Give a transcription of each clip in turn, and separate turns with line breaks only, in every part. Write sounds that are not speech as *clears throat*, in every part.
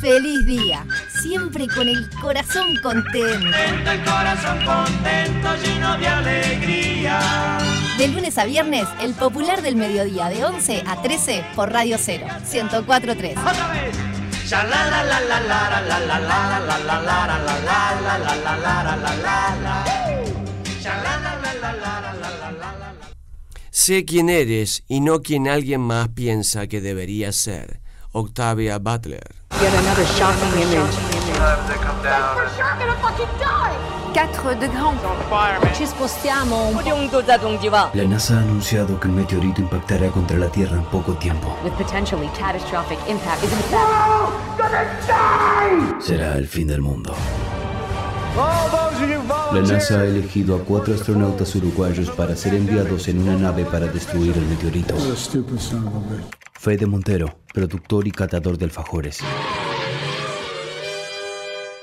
feliz día, siempre con el corazón contento.
el corazón contento, lleno de alegría.
De lunes a viernes, el popular del mediodía de 11 a 13 por Radio 0, 1043.
Otra vez. Sha la la la la la la la la la la la la la la la la la la la la la la. Sha la la la la la la la la la la.
Sé quién eres y no quien alguien más piensa que debería ser. Octavia Butler.
Yet another shocking image.
Ci spostiamo un po'
La NASA ha anunciado que un meteorito impactará contra la Tierra en poco tiempo.
with potentially catastrophic impact.
Será el fin del mundo. La NASA ha elegido a cuatro astronautas uruguayos para ser enviados en una nave para destruir el meteorito. Fede Montero, productor y catador de alfajores.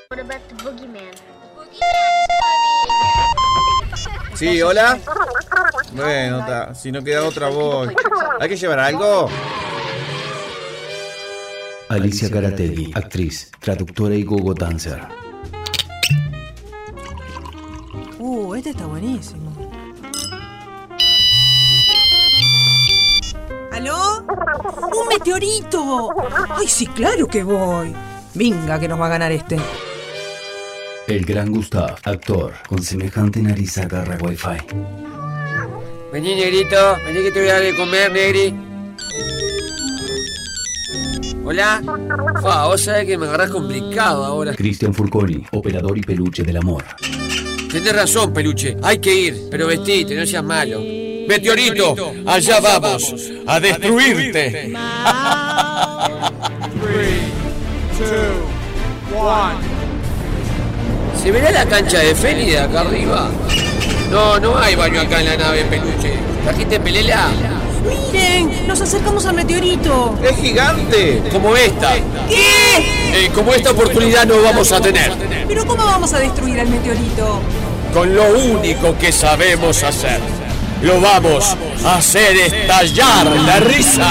What about the boogeyman?
Sí, hola. Bueno, ta, si no queda otra voz. ¿Hay que llevar algo?
Alicia Karategui, actriz, traductora y gogo dancer.
Uh, este está buenísimo. ¿Aló? ¡Un meteorito! ¡Ay, sí, claro que voy! Venga, que nos va a ganar este.
El gran Gustav, actor, con semejante nariz agarra wifi.
Vení, negrito. Vení que te voy a dar de comer, negri. Hola. Fa, vos sabés que me agarrás complicado ahora.
Cristian Furconi, operador y peluche del amor.
Tenés razón, peluche. Hay que ir, pero vestite, no seas malo. Meteorito, allá vamos a *laughs* destruirte. ¿Se verá la cancha de Félida acá arriba? No, no hay baño acá en la nave, peluche. Trajiste pelela
¡Miren! ¡Nos acercamos al meteorito!
¡Es gigante!
como esta.
¿Qué?
Eh, como esta oportunidad no vamos a tener.
¿Pero cómo vamos a destruir al meteorito?
Con lo único que sabemos hacer. Lo vamos a hacer estallar la risa.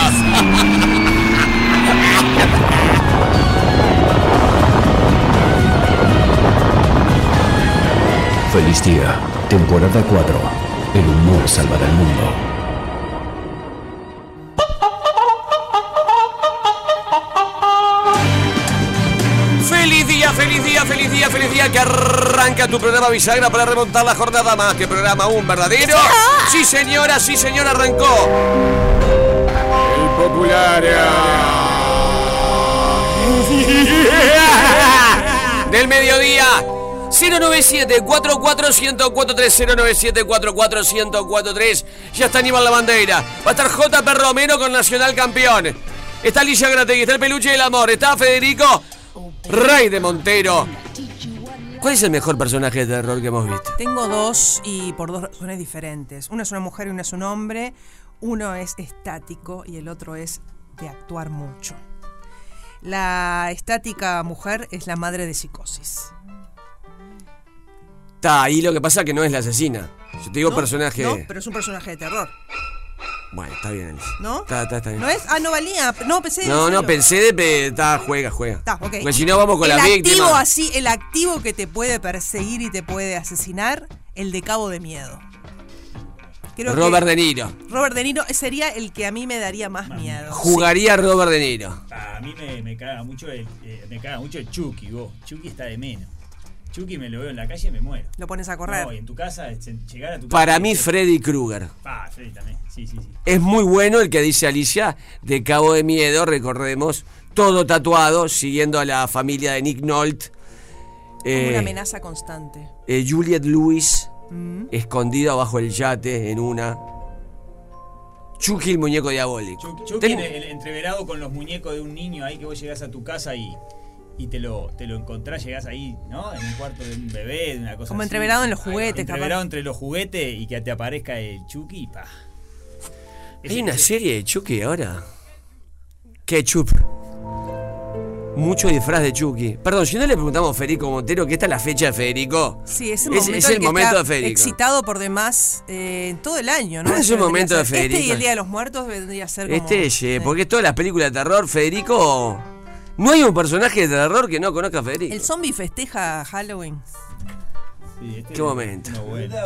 Feliz día, temporada 4. El humor salvará el mundo.
Feliz día, feliz día, feliz día, feliz día que arranca tu programa bisagra para remontar la jornada más que programa un verdadero. Sí señora, sí señora, arrancó. El popular *laughs* del mediodía. 097 44 1043 097 44 1043 Ya está Aníbal la bandera. Va a estar JP Romero con Nacional Campeón. Está Alicia Grategui, está el peluche del amor, está Federico Rey de Montero. ¿Cuál es el mejor personaje de terror que hemos visto?
Tengo dos y por dos razones diferentes. Una es una mujer y una es un hombre. Uno es estático y el otro es de actuar mucho. La estática mujer es la madre de psicosis.
Está ahí lo que pasa que no es la asesina. Yo te digo personaje.
No, pero es un personaje de terror,
Bueno, está bien, Alicia.
¿no?
Está, está, está bien.
¿No es? Ah, no valía. No, pensé. en
No,
cero.
no, pensé de. pe- Está, juega, juega.
Está, ok.
Porque si no, vamos con
el
la
activo
víctima.
así, el activo que te puede perseguir y te puede asesinar, el de Cabo de Miedo. Creo que
Robert De Niro.
Robert De Niro sería el que a mí me daría más miedo.
Jugaría Robert De Niro.
A mí me, me caga mucho el, eh, me caga mucho el Chucky, vos. Chucky está de menos. Chucky me lo veo en la calle y me muero.
Lo pones a correr.
No, y en tu casa, este, llegar a tu casa.
Para mí, Freddy Krueger.
Ah, Freddy también. Sí, sí, sí.
Es muy bueno el que dice Alicia de Cabo de Miedo, recordemos, todo tatuado, siguiendo a la familia de Nick Nolte.
Como una
Eh,
amenaza Mm. constante.
eh, Juliet Lewis, escondida bajo el yate en una. Chucky el muñeco diabólico.
Chucky, Chucky
Ten-
en el- entreverado con los muñecos de un niño ahí que vos llegás a tu casa y, y te, lo, te lo encontrás, llegás ahí, ¿no? En un cuarto de un bebé, de una cosa
Como
así.
entreverado en los
Ah,
juguetes,
Entreverado
capaz.
entre los juguetes y que te aparezca el Chucky, pa.
Hay una serie de Chucky ahora. Ketchup. Mucho disfraz de Chucky. Perdón, si no le preguntamos a Federico Montero, que esta es la fecha de Federico.
Sí, es el
Es-
momento,
es
en
el
que
momento
está
de Federico.
excitado por demás eh, en todo el año, ¿no?
*laughs* Es
Yo lo
un
tenía
momento
que
de
hacer. Este y
Federico.
el Día de los Muertos vendría a ser como...
Este, eh,
Sí.
porque todas las películas de terror, Federico No hay un personaje de terror que no conozca a Federico.
El zombie festeja Halloween.
este
Qué momento.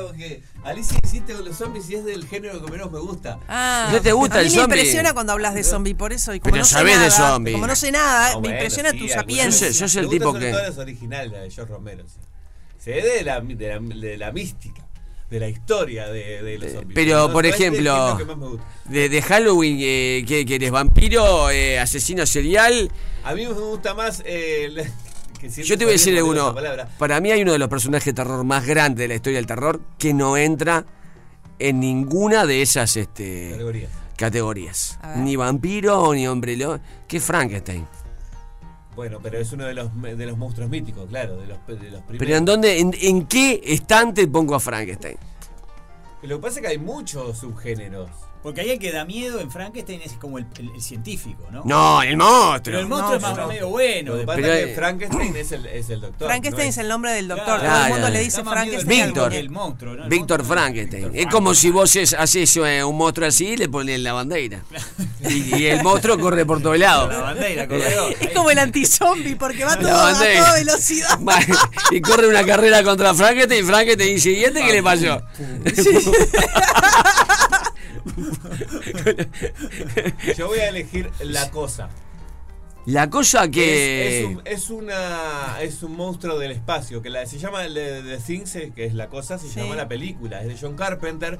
porque Alicia insiste con los zombies y es del género que menos me gusta.
Ah,
¿No te gusta
a mí
el
me
zombie?
impresiona cuando hablas de zombie, por eso. Y como
Pero
no sé
sabés de
nada,
zombie.
Como no sé nada,
No,
Ah, me
Ah, bueno,
impresiona
sí,
tu
algunos
sapiencia.
sí. Me gustan sobre todo las originales, la de George Romero. sí. Se ve de la, de la- de la mística, de la historia de, de los zombies.
Eh, Pero,
No,
por
no es de- es
ejemplo,
lo que más me gusta.
de, de Halloween, eh, ¿qué querés? ¿Vampiro? eh, ¿Asesino serial?
A mí me gusta más. eh, la- *laughs* que siempre
Yo te voy a decir
salimos de
uno.
esa palabra.
Para mí hay uno de los personajes de terror más grandes de la historia del terror que no entra en ninguna de esas este,
categorías.
Ni vampiro ni hombre lobo. Que es Frankenstein.
Bueno, pero es uno de los, de los monstruos míticos, claro, de los, de los
Pero ¿en
primeros.
dónde, en, en qué estante pongo a Frankenstein?
Lo que pasa es que hay muchos subgéneros.
Porque ahí el que da miedo en Frankenstein es como el, el- el científico, ¿no?
No, el monstruo.
Pero el monstruo es más
No,
medio bueno.
Lo que pasa
Pero,
es
eh,
que Frankenstein es el, es el doctor.
Frankenstein
no
es el nombre del doctor.
Claro,
Todo el mundo
claro.
le dice
Da más miedo
Frankenstein. al
Víctor.
muñeco.
Víctor Frankenstein. es como si vos es- haces eh, un monstruo así y le pones la bandera. y, y el monstruo corre por todo el lado.
La bandera,
*laughs*
Es como el antizombie porque va
*laughs*
La
todo, a
bandera.
toda
*laughs*
velocidad.
Va, y corre una carrera contra Frankenstein y Frankenstein dice, ¿y este qué le pasó?
Yo voy a elegir la cosa.
La cosa
Es,
que...
es un, es una, es un monstruo del espacio, que la, se llama The, The Things, eh, que es la cosa, se llama la película, es de John Carpenter,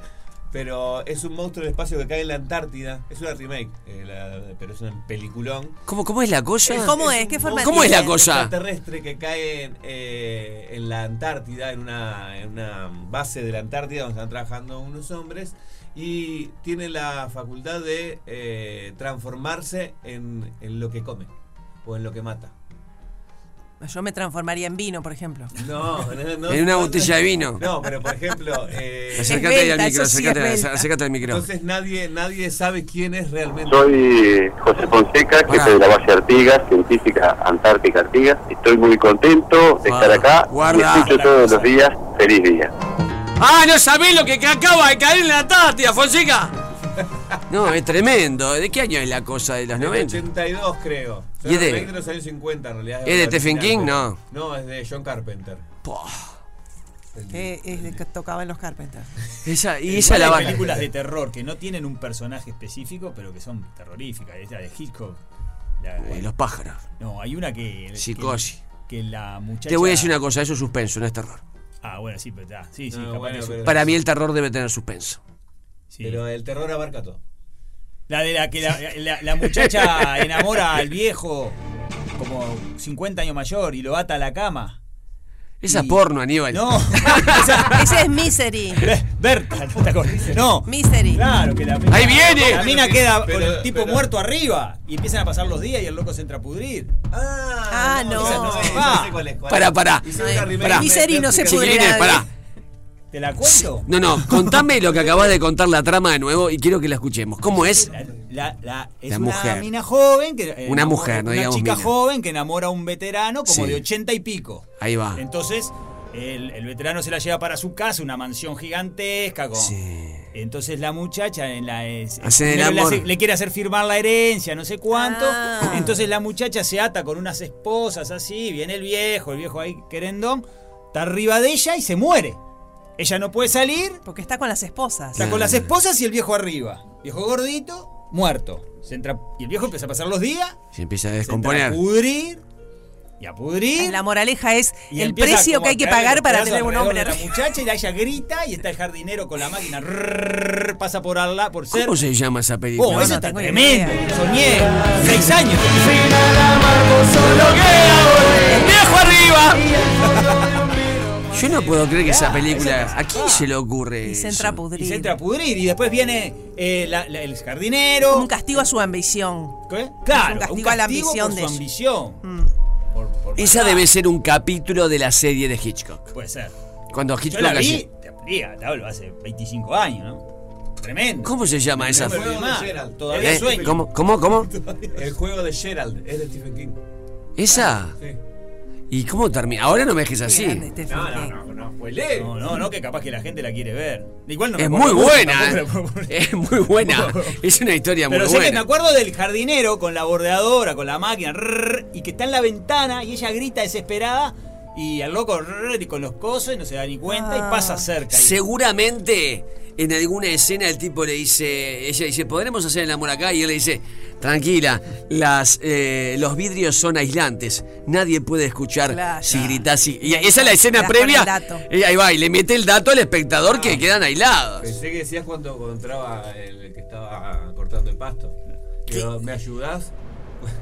pero es un monstruo del espacio que cae en la Antártida, es una remake, eh, la- pero es un peliculón.
¿Cómo, cómo es la cosa?
un
¿Cómo es la cosa?
extraterrestre que cae en, eh, en la Antártida, en una, en una base de la Antártida donde están trabajando unos hombres y tiene la facultad de eh, transformarse en, en lo que come o en lo que mata.
Yo me transformaría en vino, por ejemplo.
No, no, no.
En una
no, no.
botella de vino.
No, pero por ejemplo.
*laughs*
eh,
Acércate ahí al micro, acércate, acércate al micro.
Entonces nadie, nadie sabe quién es realmente.
Soy José Fonseca, jefe de la base Artigas, científica antártica Artigas. Estoy muy contento de estar acá.
guarda.
y escucho todos los días. Feliz día.
¡Ah, no sabés lo que ca- acaba de caer en la Antártida, Fonseca! No, es tremendo. ¿De qué año es la cosa de los 90?
82, creo. Son
¿Y es de-
remake los años 50, en realidad.
¿Es de
original,
Stephen King?
pero-
No.
No, es de John Carpenter.
Que es de que tocaba en los Carpenters.
Esa,
Igual
y esa la
hay
va.
películas de terror que no tienen un personaje específico, pero que son terroríficas. Esta de Hitchcock. La-
Eh, los pájaros.
No, hay una que. que-
Psicosis.
Que, la muchacha.
Te voy a decir una cosa, eso es suspenso, no es terror.
Ah, bueno, sí, pero está. Sí, sí, capaz
No, Ah, bueno,
que es un-
pero-
Para mí el terror debe tener suspenso.
Pero el terror abarca todo.
La de la que la, la- la
*laughs*
muchacha enamora al viejo como 50 años mayor y lo ata a la cama.
Esa es porno, Aníbal. *laughs*
No, *laughs*
*laughs* Ese es Misery.
Berta, no te acordás. No,
Misery.
claro que la
Ahí viene.
La mina
Pero-
queda
pero-
con el tipo
pero-
muerto arriba y empiezan a pasar los días y el loco se entra a pudrir.
Ah,
Ah, no.
esa
no.
sé,
Ah.
sé cuál es, cuál
Pará,
es.
pará.
Hicieron una remake
Pará.
de
Misery no se
Netflix.
pudre.
Chiquilines, pará.
¿Te la cuento?
No, no, contame lo que acabas de contar la trama de nuevo y quiero que la escuchemos. ¿Cómo es?
La, la- es
La
una
mujer.
mina joven que eh,
Una
enamora-
mujer, no
una
digamos
chica
mina.
joven que enamora a un veterano como
Sí.
de ochenta y pico.
Ahí va.
Entonces, el, el veterano se la lleva para su casa, una mansión gigantesca. Con,
Sí.
Entonces la muchacha en la es-
Hacen el
primero le,
amor.
hace- le quiere hacer firmar la herencia, no sé cuánto.
Ah.
Entonces la muchacha se ata con unas esposas así, viene el viejo, el viejo ahí querendón, está arriba de ella y se muere. Ella no puede salir,
Porque está con las esposas.
Está con
Ah.
las esposas y el viejo arriba. Viejo gordito, muerto. Se entra, y el viejo empieza a pasar los días,
Se empieza a
se entra a
descomponer.
pudrir y a pudrir.
La moraleja es
y
el
empieza
precio
como
que hay que
a caer
pagar
los
para
pedazos
tener un
alrededor
hombre
de La
arriba.
muchacha y la- ella grita y está el jardinero con la máquina. rrrr, pasa por ala, por ser.
¿Cómo se llama esa
Oh,
película?
eso
no
está
tengo
tremendo.
idea.
Soñé. Seis años.
¡Viejo arriba! Yo no puedo creer que esa película. ¿A quién se le ocurre?
Y se
eso?
entra a
Y se
pudrir.
entra a pudrir. Y después viene eh, la- la- el jardinero.
Como un castigo a su ambición.
¿Qué? Claro,
un
un castigo,
castigo a la ambición
por
de
su
ella. Mm.
ambición. Por- por
Esa
maldad.
debe ser un capítulo de la serie de Hitchcock.
Puede ser.
Cuando
Yo
Hitchcock
la vi,
hacía-
te diga, te hablo, hace 25 años, ¿no? Tremendo.
¿Cómo se llama esa?
me acuerdo
fue-
más.
Gerald.
Todavía
¿Eh?
sueño.
¿Cómo? ¿Cómo? ¿Cómo?
*laughs*
El juego de Gerald es de Stephen King.
¿Esa?
Sí.
¿Y cómo termina? Ahora no me dejes
Qué
así.
grande, Stephen
No, no,
King.
no, no. spoilé.
No, no, no, que capaz que la gente la quiere ver. Igual no me
Es
acuerdo
muy
mucho
buena.
tampoco,
eh. Es muy buena. Es una historia muy
Pero sé que me
buena.
acuerdo del jardinero con la bordeadora, con la máquina, rrr, y que está en la ventana y ella grita desesperada y al loco rrr, y con los cosos y no se da ni cuenta y pasa cerca. Y-
Seguramente en alguna escena el tipo le dice, ella dice, ¿podremos hacer el amor acá? Y él le dice, tranquila, las, eh, los vidrios son aislantes, nadie puede escuchar
Claro.
si gritas así. Y esa es la
Le
escena
das con el
previa.
dato. Ah.
Y ahí va, y le mete el dato al espectador que quedan aislados.
Pensé que decías cuando encontraba el que estaba cortando el pasto. Digo, ¿me ayudás? *laughs*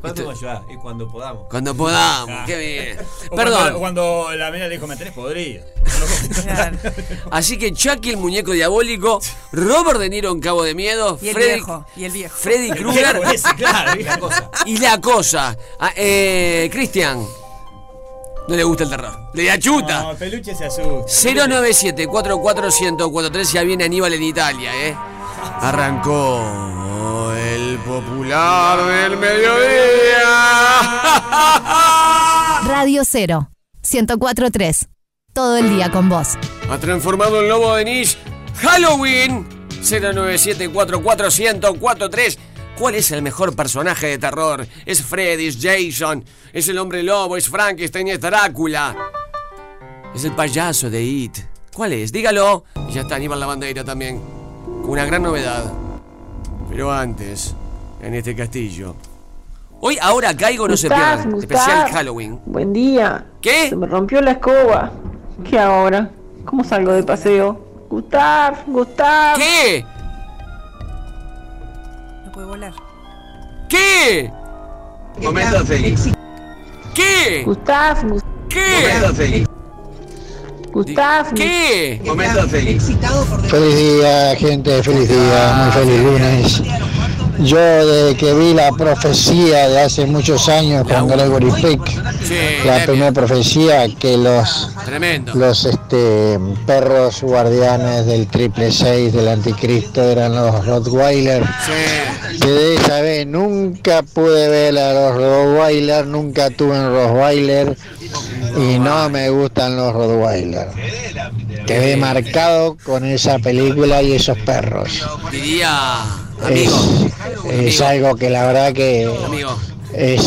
¿Cuánto me ayudás? Y cuando podamos.
Cuando podamos,
Ah.
qué bien.
O
Perdón.
*laughs* Cuando, cuando la mina le dijo, me tenés
*laughs*
podrido.
Así que Chucky, el muñeco diabólico, Robert De Niro en Cabo de Miedo,
Y el
Freddy,
viejo, y el viejo.
*laughs*
Freddy Krueger y la cosa. Ah, eh, Cristian, no le gusta el terror. Le da chuta.
No, peluche se asusta.
097 44143 ya viene Aníbal en Italia, ¿eh? Arrancó el popular del *laughs* mediodía.
Radio 0, 104.3. Todo el día con vos.
Ha transformado el lobo de Nish Halloween 097441043. ¿Cuál es el mejor personaje de terror? ¿Es Freddy? ¿Es Jason? ¿Es el hombre lobo? ¿Es Frankenstein? ¿Es Drácula? ¿Es el payaso de It? ¿Cuál es? Dígalo. Y ya está Aníbal la bandera también. Una gran novedad. Pero antes, en este castillo. Hoy, ahora caigo, no se
Gustav,
pierdan.
Gustav.
Especial Halloween.
Buen día.
¿Qué?
Se me rompió la escoba. ¿Qué ahora? ¿Cómo salgo de paseo? Gustav, Gustav.
¿Qué?
No puede volar.
¿Qué?
Momento feliz.
¿Qué?
Gustav, Gus-
¿Qué?
feliz. Gustav,
¿Qué?
Momento feliz.
Feliz día, gente, feliz día, muy feliz lunes. Yo desde que vi la profecía de hace muchos años con Gregory Peck, la primera profecía que los
Tremendo.
los este perros guardianes del triple seis del anticristo eran los Rottweiler. Desde esa vez nunca pude ver a los Rottweiler, nunca tuve un Rottweiler y no me gustan los Rottweiler. Quedé marcado con esa película y esos perros.
Diría,
Es, eh,
amigo,
es algo que la verdad que
amigo,
es,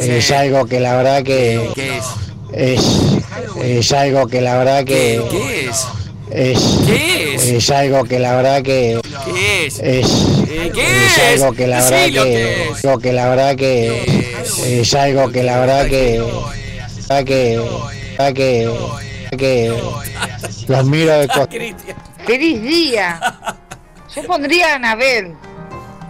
es algo que la verdad que
¿qué es?
es, es algo que la verdad que
¿Qué es?
es,
¿Qué es?
es algo que la verdad que
¿Qué es?
es,
Eh, ¿Qué
es
es?
algo que la verdad
Decilo
que algo que la verdad que es algo que la verdad que verdad que verdad que que los miro de costado *laughs*
¡Feliz día! Yo pondría a Anabel.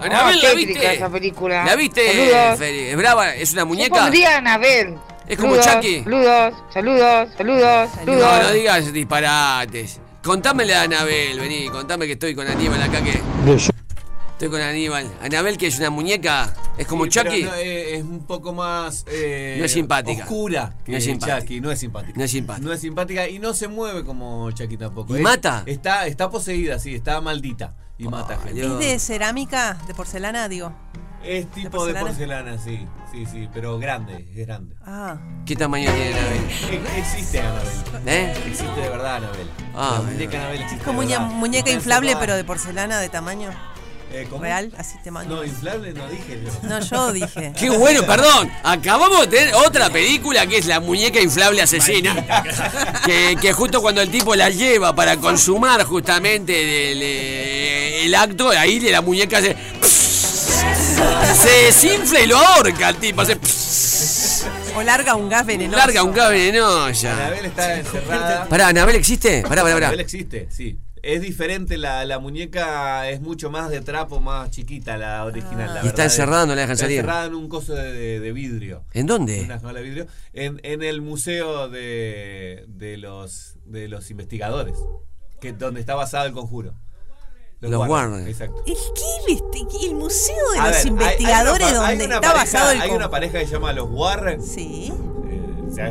Anabel,
Ah,
¿la
tétrica
viste?
esa película.
¿La viste?
Saludos.
Feli? ¿Es brava? ¿Es una
Yo
muñeca?
pondría a Anabel.
Es como
Saludos,
Chucky.
Saludos, saludos, saludos,
No, no
saludos.
digas disparates. Contámele a Anabel, vení, contame que estoy con Aníbal acá que. Estoy con Aníbal. Anabel que es una muñeca, es como
Sí, pero
Chucky.
no, eh, es un poco más. eh,
No es simpática.
Oscura que
No es simpática.
Chucky. No es simpática.
No es simpática.
No es simpática y no se mueve como Chucky tampoco.
¿Y
Es-
mata? Ah,
Está, está poseída, sí, está maldita. Y mata gente.
¿Es de cerámica? ¿De porcelana, digo?
Es tipo de porcelana, sí. Sí, sí, pero grande, es grande.
Ah.
¿Qué tamaño tiene Anabel?
E- Existe Anabel.
¿Eh?
Existe de verdad Anabel.
Ah,
La
mira.
muñeca Anabel existe.
Es como
de
una
verdad.
muñeca
Está
inflable,
encerrada.
pero de porcelana, de tamaño.
Eh, ¿cómo?
¿Real? Así tamaño.
No, inflable no dije yo.
No, yo dije.
*laughs* Qué bueno, perdón. Acabamos de tener otra película que es La muñeca inflable asesina. Que, que justo cuando el tipo la lleva para consumar justamente el, eh, el acto, ahí la muñeca se. Se desinfla y lo ahorca el tipo. hace
O larga un gas venenoso.
larga un cable venenosa.
Anabel está
*laughs*
encerrada.
Pará, ¿Anabel existe? Pará, pará, pará.
Anabel existe, sí. Es diferente, la, la muñeca es mucho más de trapo, más chiquita la original.
Ah.
la
Y está
verdad.
encerrada, no la dejan
Está
salir. Eh.
encerrada en un coso de, de- de vidrio.
¿En dónde?
Una jaula de vidrio. En, en el museo de, de los, de los investigadores, que donde está basado el conjuro.
Los
guardas,
guardas.
Exacto.
¿El, qué investi- el Museo de
A
los
ver, hay- hay una
Investigadores
pa- hay
donde
una
está
pareja-
basado el
Hay
con-
una pareja que se llama los Warren.
Sí.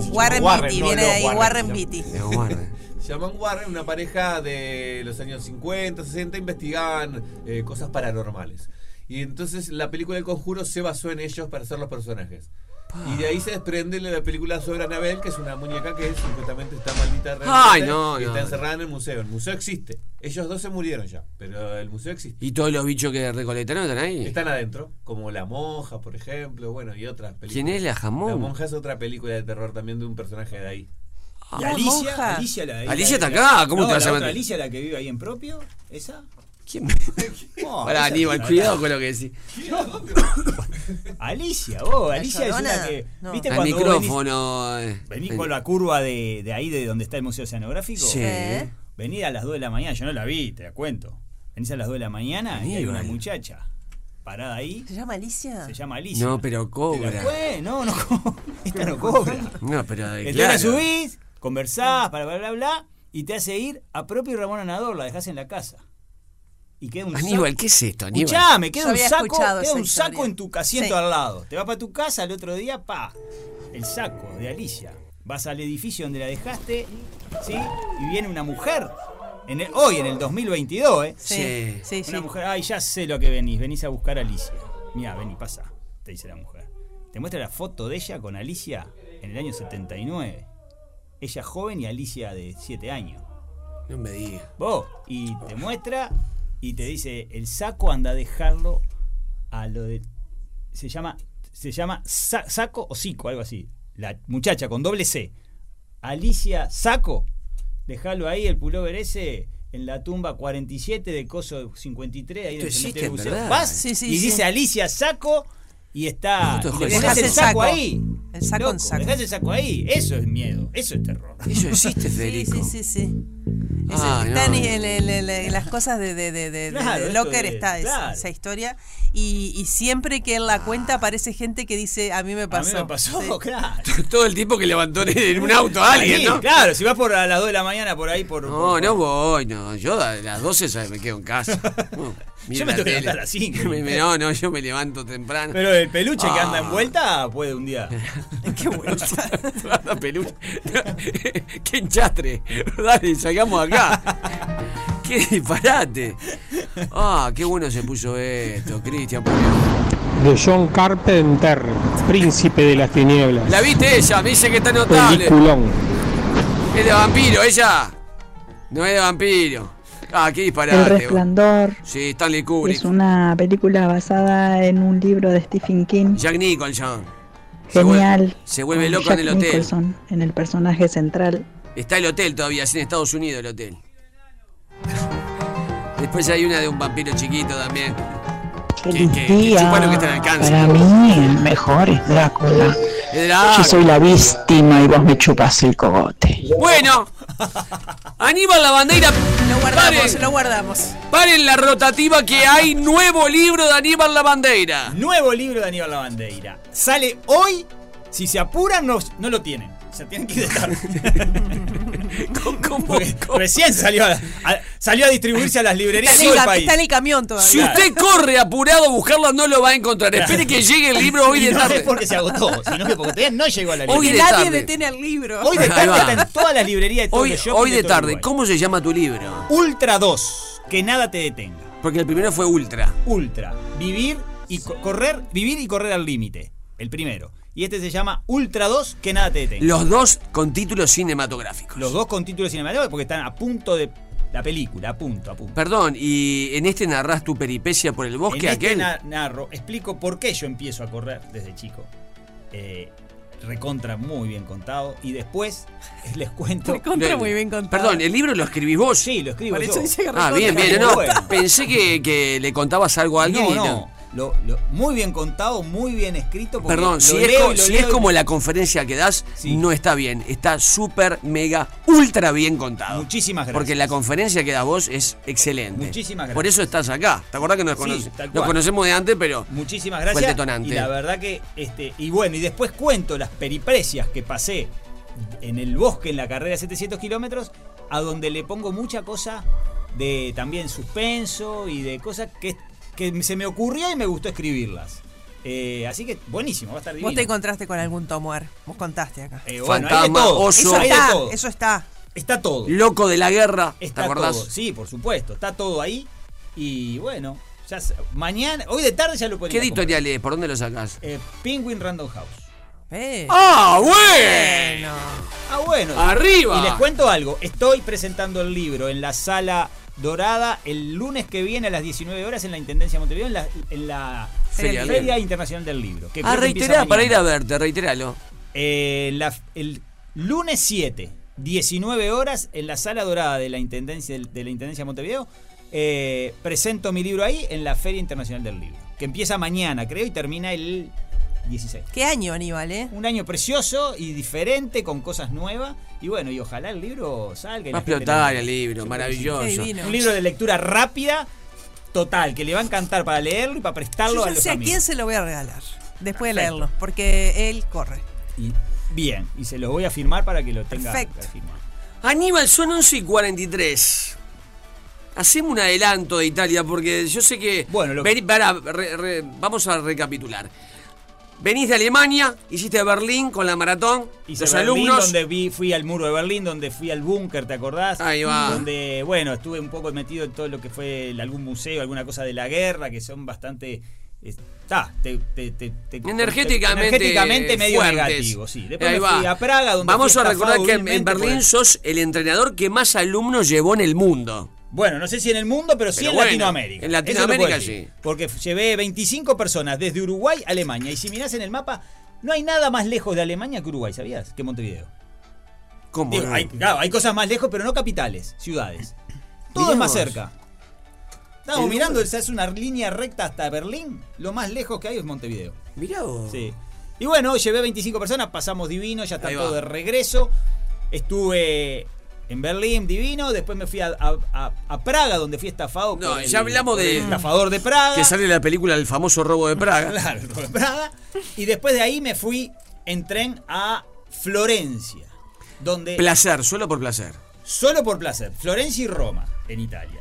Warren,
Warren Beatty,
no
viene de
los
ahí,
Warren,
Warren
se llama-
Beatty.
Los Warren.
se llaman Warren, una pareja de los años 50, 60, investigaban eh, cosas paranormales. Y entonces la película El Conjuro se basó en ellos para ser los personajes. Y de ahí se desprende la película sobre Anabel, que es una muñeca que supuestamente está maldita
Ay,
realmente,
no,
y
no.
está encerrada en el museo. El museo existe. Ellos dos se murieron ya, pero el museo existe.
¿Y todos los bichos que recolectaron están ahí?
Están adentro, como La Monja, por ejemplo, bueno, y otras películas.
¿Quién es la jamón?
La Monja es otra película de terror también de un personaje de ahí.
Ah,
¿Y Alicia? Alicia, la, de-
Alicia
la-
está acá,
la-
¿cómo
no,
te vas
la
a
otra
meter?
Alicia, la que vive ahí en propio, ¿esa?
¿Quién?
*laughs*
*laughs*
Oh,
Pará,
esa
Aníbal,
es la-
cuidado con lo que decís.
Alicia, vos, Alicia es
llorona?
una que.
No.
¿Viste
Al
cuando vos
micrófono. eh,
venís,
el-
venís con la curva de, de ahí de donde está el Museo Oceanográfico?
Sí.
¿eh?
Sí.
Venir a las 2 de la mañana, yo no la vi, te la cuento. Venís a las 2 de la mañana y hay una
Aníbal.
muchacha parada ahí,
¿Se llama Alicia?
se llama Alicia.
No, pero cobra.
Fue, no, no, co- *laughs* esta no cobra.
No, pero eh,
Entonces
claro.
la subís, conversás, bla, bla, bla, bla, y te hace ir a propio Ramón Anador, la dejás en la casa. Y queda un
Aníbal,
saco-
¿qué es esto, Aníbal?
Escuchame,
Yo
queda un
había
saco,
escuchado
queda
esa
un saco
historia.
en tu casiento
Sí.
al lado. Te vas para tu casa, al otro día, pa, el saco de Alicia. Vas al edificio donde la dejaste, ¿sí? Y viene una mujer. En el- hoy, en el 2022, ¿eh?
Sí,
sí, sí.
Una mujer, ay, ya sé lo que venís, venís a buscar a Alicia. Mira, vení, pasa, te dice la mujer. Te muestra la foto de ella con Alicia en el año 79. Ella joven y Alicia de 7 años.
No me digas.
Vos, y te muestra y te dice, el saco anda a dejarlo a lo de... Se llama, se llama sa- saco o cico, algo así. La muchacha con doble C. Alicia Saco. Dejalo ahí, el pullover ese, en la tumba 47 de Coso 53, ahí en el
Esto
cementerio
existe,
del
¿verdad?
museo. Vas
Sí, sí,
y
sí.
dice Alicia Saco y está...
Esto es
y
joder.
le dejás el
Dejás
saco ahí.
El saco en
Loco,
saco.
dejás el saco ahí. Eso es miedo, eso es terror.
Eso existe,
Sí,
Federico.
sí, sí, sí. Es-
Ah,
está en
no.
el- el- el- el- las cosas de, de, de, de- de-
Claro,
de
esto
Locker
de-
está esa-
claro.
esa historia. Y, y siempre que él la cuenta aparece gente que dice, a mí me
A mí
pasó.
me pasó,
Sí.
*laughs* claro.
Todo el tiempo que levantó en un auto a alguien,
Sí,
¿no?
Claro, si vas por a las 2 de la mañana por ahí por.
No,
por-
no voy, no. Yo a las 12 ya me quedo
*laughs*
en casa. No, miro
Yo me
la
tengo que
tele.
levantar a las cinco.
Me- me- No, no, yo me levanto temprano. *laughs*
Pero el peluche que anda
Ah.
en vuelta puede un
*laughs*
día.
*laughs* Qué vuelta.
La peluche. *laughs* Qué enchastre. Dale, salgamos
*laughs*
acá. Qué disparate. Ah, qué bueno se puso esto, Cristian. por Dios.
de John Carpenter, Príncipe de las Tinieblas.
La viste ella, me dice que está notable.
Peliculón.
Es de vampiro, ella. No es de vampiro. Ah, qué
El
disparate.
Resplandor
Sí, Stanley Kubrick.
es una película basada en un libro de Stephen King.
Jack Nicholson. Se vuelve-
Genial.
se vuelve
con
loco en
Jack
el hotel.
Nicholson en el personaje central.
Está el hotel todavía, es en Estados Unidos el hotel. Después hay una de un vampiro chiquito también.
Feliz
que- que
día.
chupa lo que está al alcance.
Para mí el mejor es Drácula.
Es Drácula.
Yo soy la víctima y vos me chupas el cogote.
Bueno, Aníbal la bandera.
Lo guardamos,
Paren.
lo guardamos.
Paren la rotativa que hay nuevo libro de Aníbal la bandera.
Nuevo libro de Aníbal Lavandeira. Sale hoy. Si se apuran, no, no lo tienen. Se tienen que ir de
*laughs*
tarde. Porque Recién salió a, a- salió a distribuirse a las librerías
Está
de
en,
todo
el,
el
cam-
país.
está en el camión
Si
todavía.
usted corre apurado a buscarlo, no lo va
*laughs*
a encontrar. Espere que llegue el libro hoy
Y
de
no es
tarde.
porque se agotó, sino que porque todavía no llegó a la
Hoy
Que
librería.
de
nadie
tarde.
detiene al libro.
Hoy de
Ahí
tarde
va.
está en todas las librerías de todo
Hoy,
el shopping
hoy
de
de
todo
tarde,
Uruguay.
¿cómo se llama tu libro?
Ultra 2. Que nada te detenga.
Porque el primero fue Ultra.
Ultra. Vivir y co- correr, vivir y correr al límite. El primero. Y este se llama Ultra 2, que nada te detenga.
Los dos con títulos cinematográficos.
Los dos con títulos cinematográficos porque están a punto de la película, a punto, a punto.
Perdón, ¿y en este narrás tu peripecia por el
en este
bosque aquel?
na- narro, explico por qué yo empiezo a correr desde chico. Eh, recontra muy bien contado. Y después *laughs* les cuento.
Recontra muy bien contado.
Perdón, ¿el libro lo escribís vos?
Sí, lo escribo
Por eso
yo.
dice que
Ah,
recontra
bien, bien. No,
Bueno.
pensé que, que le contabas algo a alguien
No,
y no.
no. Lo- lo- muy bien contado, muy bien escrito. porque
Perdón,
lo
si, es,
leo
co-
y lo
si
leo
es
y-
como la conferencia que das,
Sí.
no está bien. Está súper, mega, ultra bien contado.
Muchísimas gracias.
Porque la conferencia que das vos es excelente.
Muchísimas gracias.
Por eso estás acá. ¿Te acordás que nos,
Sí,
conoce-
tal
nos
cual.
conocemos de antes, pero
Muchísimas
fue el
gracias.
detonante?
Y la verdad que, este, y bueno, y después cuento las periprecias que pasé en el bosque en la carrera de 700 kilómetros, a donde le pongo mucha cosa de también suspenso y de cosas que, que se me ocurrió y me gustó escribirlas. Eh, así que buenísimo, va a estar divino.
Vos te encontraste con algún tomuer. Vos contaste acá.
Eh, bueno, hay de
Fantasma,
todo,
oso.
Eso
hay de
está,
todo.
eso está.
Está todo.
Loco de la guerra, ¿te
Está
acordás?
todo. Sí, por supuesto, está todo ahí. Y bueno, ya se- mañana, hoy de tarde ya lo podemos Eh,
¿Qué editorial es? ¿Por dónde lo sacás?
Penguin Random House.
Eh,
Ah, bueno.
Ah, bueno.
Arriba.
Y les cuento algo. Estoy presentando el libro en la sala dorada el lunes que viene a las 19 horas en la Intendencia de Montevideo, en la, en la
Feria
Feria,
del Libro.
Internacional del Libro. que creo
Ah,
que empieza
reiterá para
mañana.
ir a verte, reiteralo.
Eh, la- el lunes 7, 19 horas, en la sala dorada de la Intendencia, de la Intendencia de Montevideo, eh, presento mi libro ahí en la Feria Internacional del Libro, que empieza mañana, creo, y termina el 16.
¿Qué año, Aníbal, eh?
Un año precioso y diferente, con cosas nuevas, y bueno, y ojalá el libro salga. y
Va a
la gente lo
explotar
lea.
el libro, maravilloso.
Un libro de lectura rápida, total, que le va a encantar para leerlo y para
Yo
prestarlo a
ya
los
sé a
amigos.
quién se lo voy a regalar. Después de
Perfecto.
leerlo, porque él corre.
Y- bien, y se los voy a firmar para que lo tenga
Perfecto.
para firmar.
Aníbal, son 11 y 43. Hacemos un adelanto de Italia porque yo sé que. Bueno, vamos a recapitular. Venís de Alemania, hiciste Berlín con la maratón,
Hice
los
Berlín,
alumnos.
donde vi- fui al muro de Berlín, donde fui al búnker, ¿te acordás?
Ahí va.
Donde, bueno, estuve un poco metido en todo lo que fue el- algún museo, alguna cosa de la guerra, que son bastante... Está, te, te- te- te-
Energéticamente,
energéticamente medio
fuertes.
negativo, sí. Después
Ahí
me fui
va.
a Praga, donde
Vamos
fui
a recordar
estafado
que en- en
vilmente por
Berlín
el-
sos el entrenador que más alumnos llevó en el mundo.
Bueno, no sé si en el mundo, pero sí
Pero
en
bueno,
Latinoamérica.
en
Eso lo puedo
Latinoamérica
decir.
sí.
Porque f- llevé 25 personas desde Uruguay a Alemania. Y si mirás en el mapa, no hay nada más lejos de Alemania que Uruguay, ¿sabías? Que Montevideo.
¿Cómo?
Digo,
no?
hay, claro, hay cosas más lejos, pero no capitales, ciudades. Todo
Mirá
es más
vos.
cerca. Estamos
El-
mirando, se hace una línea recta hasta Berlín. Lo más lejos que hay es Montevideo.
Mirá vos.
Sí. Y bueno, llevé 25 personas, pasamos divino, ya está
Ahí
todo
va.
de regreso. Estuve en Berlín, divino. Después me fui a, a- a- a Praga, donde fui estafado.
No,
por el-
ya hablamos
por el
de.
Estafador de Praga.
Que sale la película El famoso robo
*laughs*
de Praga.
Claro, el robo de Praga. Y después de ahí me fui en tren a Florencia, donde
Placer, solo por placer.
Solo por placer. Florencia y Roma, en Italia.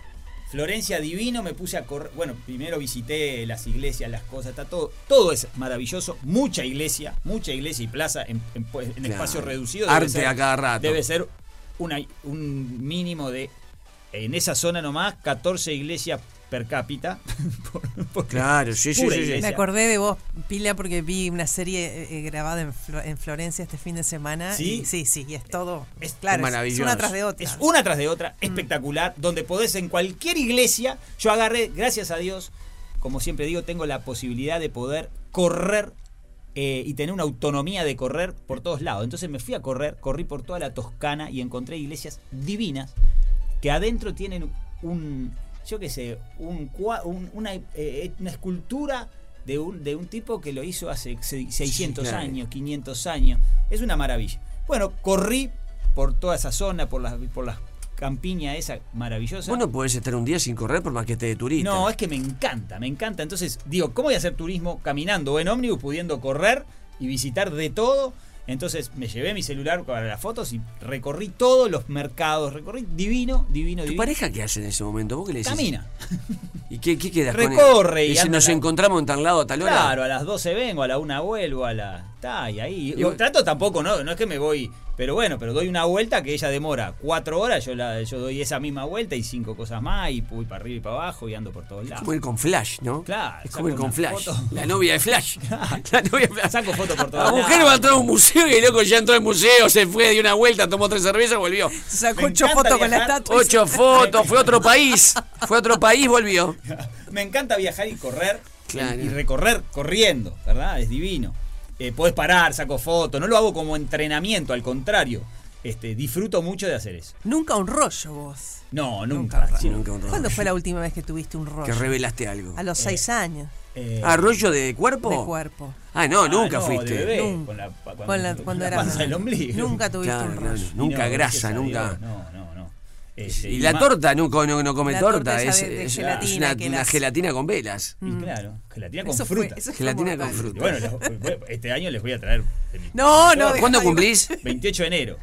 Florencia divino, me puse a correr. Bueno, primero visité las iglesias, las cosas, está todo. Todo es maravilloso. Mucha iglesia, mucha iglesia y plaza en, en- pues, en espacio reducido. Debe
Arte
ser-
a cada rato.
Debe ser una- un mínimo de. En esa zona nomás, 14 iglesias per cápita. *laughs*
Claro, sí, sí,
Pura
sí, sí.
iglesia.
Me acordé de vos, Pila, porque vi una serie eh, eh, grabada en, Flo- en Florencia este fin de semana.
¿Sí?
Y, sí, sí, y es todo. Es, claro, es- es,
maravilloso.
una tras de otra.
Es una tras de otra, espectacular, donde podés en cualquier iglesia, yo agarré, gracias a Dios, como siempre digo, tengo la posibilidad de poder correr eh, y tener una autonomía de correr por todos lados. Entonces me fui a correr, corrí por toda la Toscana y encontré iglesias divinas que adentro tienen un, yo qué sé, un, cua- un- una, eh, una escultura de un, de un tipo que lo hizo hace se- 600
claro.
años, 500 años. Es una maravilla. Bueno, corrí por toda esa zona, por las por las campiñas esa maravillosa.
Vos no podés estar un día sin correr por más que esté de turista.
No, es que me encanta, me encanta. Entonces, digo, ¿cómo voy a hacer turismo caminando o en ómnibus, pudiendo correr y visitar de todo? Entonces me llevé mi celular para las fotos y recorrí todos los mercados, recorrí divino, divino,
¿Tu
divino.
pareja qué hace en ese momento? ¿Vos qué le decís?
Camina.
¿Y qué, qué quedas con
Recorre
él?
y
Dice,
anda
nos
la-
encontramos en tal lado a tal hora.
Claro, a las 12 vengo, a la 1 vuelvo, a la. Está, y ahí.
Y
Yo
vos-
trato tampoco, no, no es que me voy. Pero bueno, pero doy una vuelta que ella demora cuatro horas, yo la, yo doy esa misma vuelta y cinco cosas más, y voy para arriba y para abajo y ando por todos
Es
lados.
como ir con Flash, ¿no?
Claro.
Es como ir
saco
con
una
Flash.
foto.
La novia
*laughs*
de Flash. *laughs* La novia de Flash.
Saco fotos por
La
todos lados.
mujer va a entrar a un museo y el loco ya entró al museo, se fue, dio una vuelta, tomó tres cervezas, volvió.
Sacó ocho fotos con la estatua.
Ocho fotos, fue a
*laughs*
otro país. Fue a otro país, volvió.
*laughs* Me encanta viajar y correr
Claro.
y recorrer corriendo, ¿verdad? Es divino. Eh, podés parar, saco fotos, no lo hago como entrenamiento, al contrario. Este, disfruto mucho de hacer eso.
Nunca un rollo vos.
No, nunca. sí,
nunca un rollo.
¿Cuándo fue
*laughs*
la última vez que tuviste un rollo?
Que revelaste algo.
A los seis años.
Eh,
¿Arroyo de cuerpo?
De cuerpo.
Ah, no,
Ah,
nunca
no,
fuiste.
de bebé,
Nunca.
con la- cuando,
Con la- cuando
la
era
panza
bebé.
del ombligo.
Nunca tuviste
Claro,
un
no,
rollo.
nunca
No,
grasa,
gracias a
nunca.
Dios, No, no, no. Este,
Y la
más-
torta no, co- no, no come
La
torta,
torta esa de-
es,
de
es
gelatina
una,
que
una
las-
gelatina con velas.
y claro, gelatina con
Eso fue-
fruta.
eso fue
Gelatina con
mortal.
fruta.
Bueno, los- este año les voy a traer.
No, no.
¿Cuándo
dejá de-
cumplís?
28 de enero.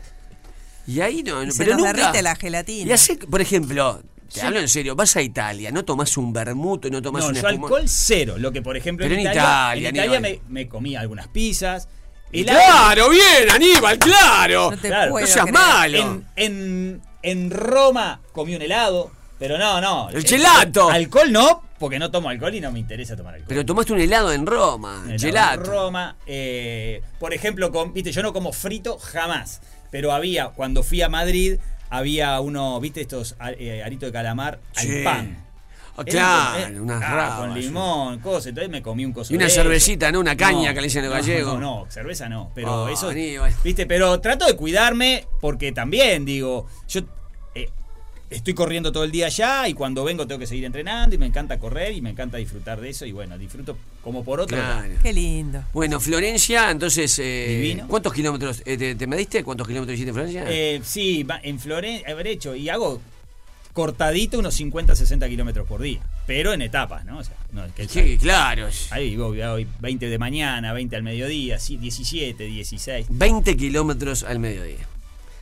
Y ahí no, no
Se
pero
nos
nunca.
derrite la gelatina.
Y hace, por ejemplo, te
Sí.
hablo en serio, vas a Italia, no tomás un vermut, no *laughs* tomás
No,
un
yo alcohol cero. Lo que, por ejemplo,
Pero
en
en
Italia,
Italia,
en Italia
Aníbal.
me, me comí algunas pizzas. El
Claro, bien, Aníbal, claro.
No te
Claro.
puedo
No seas
creer.
malo.
En, en, en Roma comí un helado, pero no, no.
El
Eh,
gelato.
Alcohol no, porque no tomo alcohol y no me interesa tomar alcohol.
Pero tomaste un helado en Roma,
En
Ah, gelato.
Roma, eh, por ejemplo, con, viste, yo no como frito jamás, pero había, cuando fui a Madrid, había uno, viste, estos a- eh, aritos de calamar
Sí.
al pan.
Ah,
Era
claro,
un- eh,
unas
ah,
rabas,
Con
sí.
limón, cosas, entonces me comí un coso
Y una
de eso.
cervecita, ¿no? Una caña que le dicen los
no, No,
gallegos.
no, cerveza no, pero
Oh,
eso,
Aníbal.
viste, pero trato de cuidarme porque también, digo, yo... eh, Estoy corriendo todo el día allá y cuando vengo tengo que seguir entrenando y me encanta correr y me encanta disfrutar de eso y bueno, disfruto como por otro. lado.
Claro.
Qué lindo.
Bueno, Florencia, entonces, eh, ¿cuántos kilómetros eh, te, te mediste? ¿Cuántos kilómetros hiciste en Florencia?
Eh, sí, va- en Florencia, haber hecho, y hago cortadito unos 50, 60 kilómetros por día, pero en etapas, ¿no? O sea, no, es que
Sí, claro.
Ahí voy, voy 20 de mañana, 20 al mediodía, sí, 17, 16.
20 kilómetros al mediodía.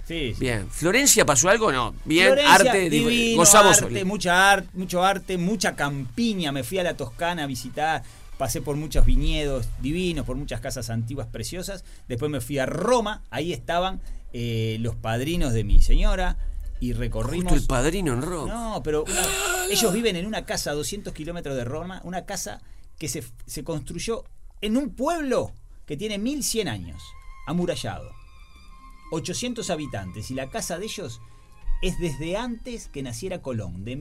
Sí, sí.
Bien. ¿Florencia pasó algo o no? Bien,
Florencia,
arte, digo,
divino,
gozamos.
arte, mucha arte, mucho arte, mucha campiña. Me fui a la Toscana a visitar, pasé por muchos viñedos divinos, por muchas casas antiguas preciosas. Después me fui a Roma, ahí estaban eh, los padrinos de mi señora y recorrimos.
Justo el padrino en Roma.
No, pero una- ellos viven en una casa a 200 kilómetros de Roma, una casa que se, se construyó en un pueblo que tiene 1100 años, amurallado. 800 habitantes y la casa de ellos es desde antes que naciera Colón, de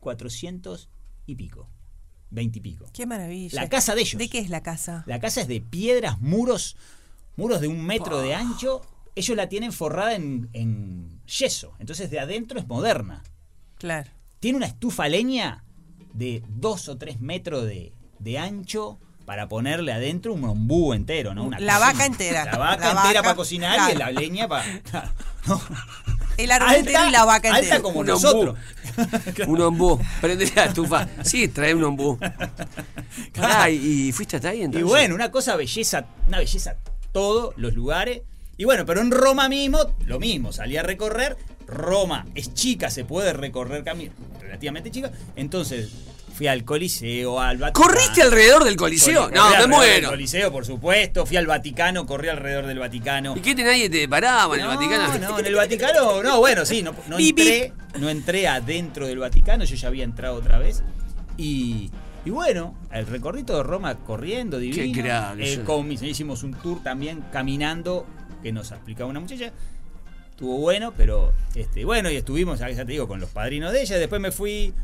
1400 y pico, 20 y pico.
Qué maravilla.
La casa de ellos.
¿De qué es la casa?
La casa es de piedras, muros, muros de un metro de ancho. Ellos la tienen forrada en, en yeso, entonces de adentro es moderna.
Claro.
Tiene una estufa a leña de dos o tres metros de, de ancho para ponerle adentro un ombú entero, ¿no? Una
La
cocina.
vaca entera.
La vaca
La
entera
vaca,
para cocinar y la
claro. *laughs*
leña para...
El árbol entero y la vaca entera.
Alta como
Un
nosotros.
Un ombú. Prende la estufa. Sí, trae un ombú. Pará, y, y fuiste hasta ahí
Y
entonces.
bueno, una cosa belleza, una belleza todo, los lugares. Y bueno, pero en Roma mismo, lo mismo, salí a recorrer. Roma es chica, se puede recorrer camino relativamente chica. Entonces fui al Coliseo, al Vaticano.
¿Corriste alrededor del Coliseo?
Corrí
No, me
alrededor
muero.
del Coliseo, por supuesto. Fui al Vaticano, corrí alrededor del Vaticano.
¿Y qué te nadie te paraba en el
No,
Vaticano?
No, en el Vaticano, no, bueno, sí, no, no
Bip, bip.
entré, no entré adentro del Vaticano, yo ya había entrado otra vez. Y, y bueno, el recorrido de Roma corriendo, divino.
grave,
Eh,
sí.
con mis- hicimos un tour también caminando, que nos explicaba una muchacha. Estuvo bueno, pero este, bueno, y estuvimos, ya te digo, con los padrinos de ella. Después me fui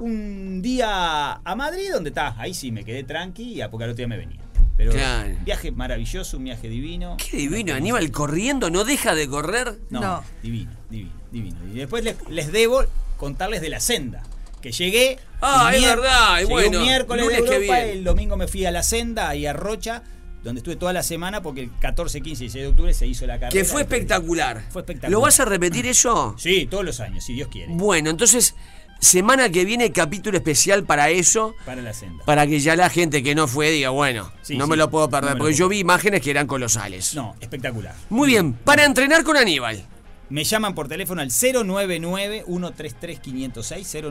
un día a Madrid, donde está, ahí sí me quedé tranqui y a poco al otro día me venía. Pero
Claro.
un viaje maravilloso, un viaje divino.
Qué divino, Aníbal corriendo, no deja de correr.
No, divino, divino, divino. Y después les, les debo contarles de la senda. Que llegué.
Ah,
un
es
mier-
verdad, y
llegué
bueno,
un miércoles de
lunes que
Europa,
viene.
el domingo me fui a la senda y a Rocha, donde estuve toda la semana porque el 14, 15 y 16 de octubre se hizo la carrera.
Que fue espectacular.
Fue espectacular.
¿Lo vas a repetir eso?
Sí, todos los años, si Dios quiere.
Bueno, entonces, semana que viene capítulo especial para eso,
Para la senda.
para que ya la gente que no fue diga, bueno,
Sí,
no
sí.
me lo puedo
No
perder,
me lo
porque yo
puedo.
vi imágenes que eran colosales.
No, espectacular.
Muy bien, para entrenar con Aníbal.
Me llaman por teléfono al 099-133-506,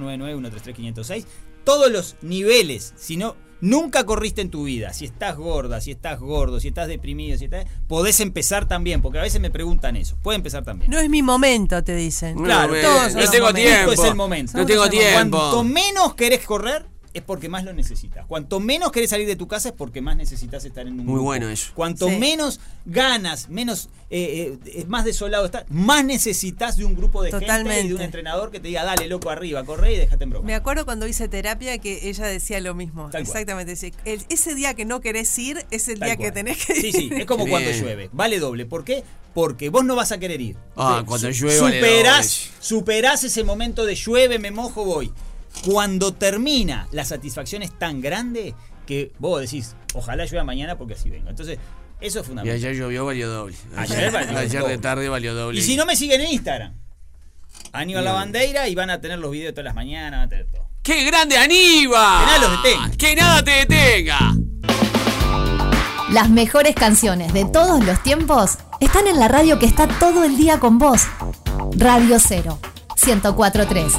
099-133-506. Todos los niveles, si no, nunca corriste en tu vida. Si estás gorda, si estás gordo, si estás deprimido, si estás... Podés empezar también, porque a veces me preguntan eso. Puede empezar también.
No es mi momento, te dicen.
Claro,
todos son
no
los
tengo
momentos.
tiempo.
Esto
es el momento.
No tengo tiempo.
Cuanto menos querés correr, es porque más lo necesitas. Cuanto menos querés salir de tu casa, es porque más necesitas estar en un
Muy
grupo.
bueno eso.
Cuanto
Sí.
menos ganas, menos eh, eh, es más desolado estás, más necesitas de un grupo de gente y de un
Totalmente.
entrenador que te diga, dale, loco, arriba, corre y déjate en broma.
Me acuerdo cuando hice terapia que ella decía lo mismo.
Tal cual.
Exactamente. decía, "El- ese día que no querés ir es el
Tal
día que
cual.
tenés que ir.
Sí, sí, es como
Bien.
cuando llueve. Vale doble. ¿Por qué? Porque vos no vas a querer ir.
Ah,
Te-
cuando
su-
llueve vale
Superás, superás ese momento de llueve, me mojo, voy. Cuando termina, la satisfacción es tan grande que vos decís, ojalá llueva mañana porque así vengo. Entonces, eso es
Y
fundamental.
ayer llovió valió doble.
Ayer valió
ayer de
doble.
tarde valió doble.
Y si no me siguen en Instagram, Aníbal la
Bien.
bandera y van a tener los videos de todas las mañanas, van a tener todo.
¡Qué grande Aníbal!
Que nada los detenga.
¡Que nada te detenga!
Las mejores canciones de todos los tiempos están en la radio que está todo el día con vos. Radio 0, 1043,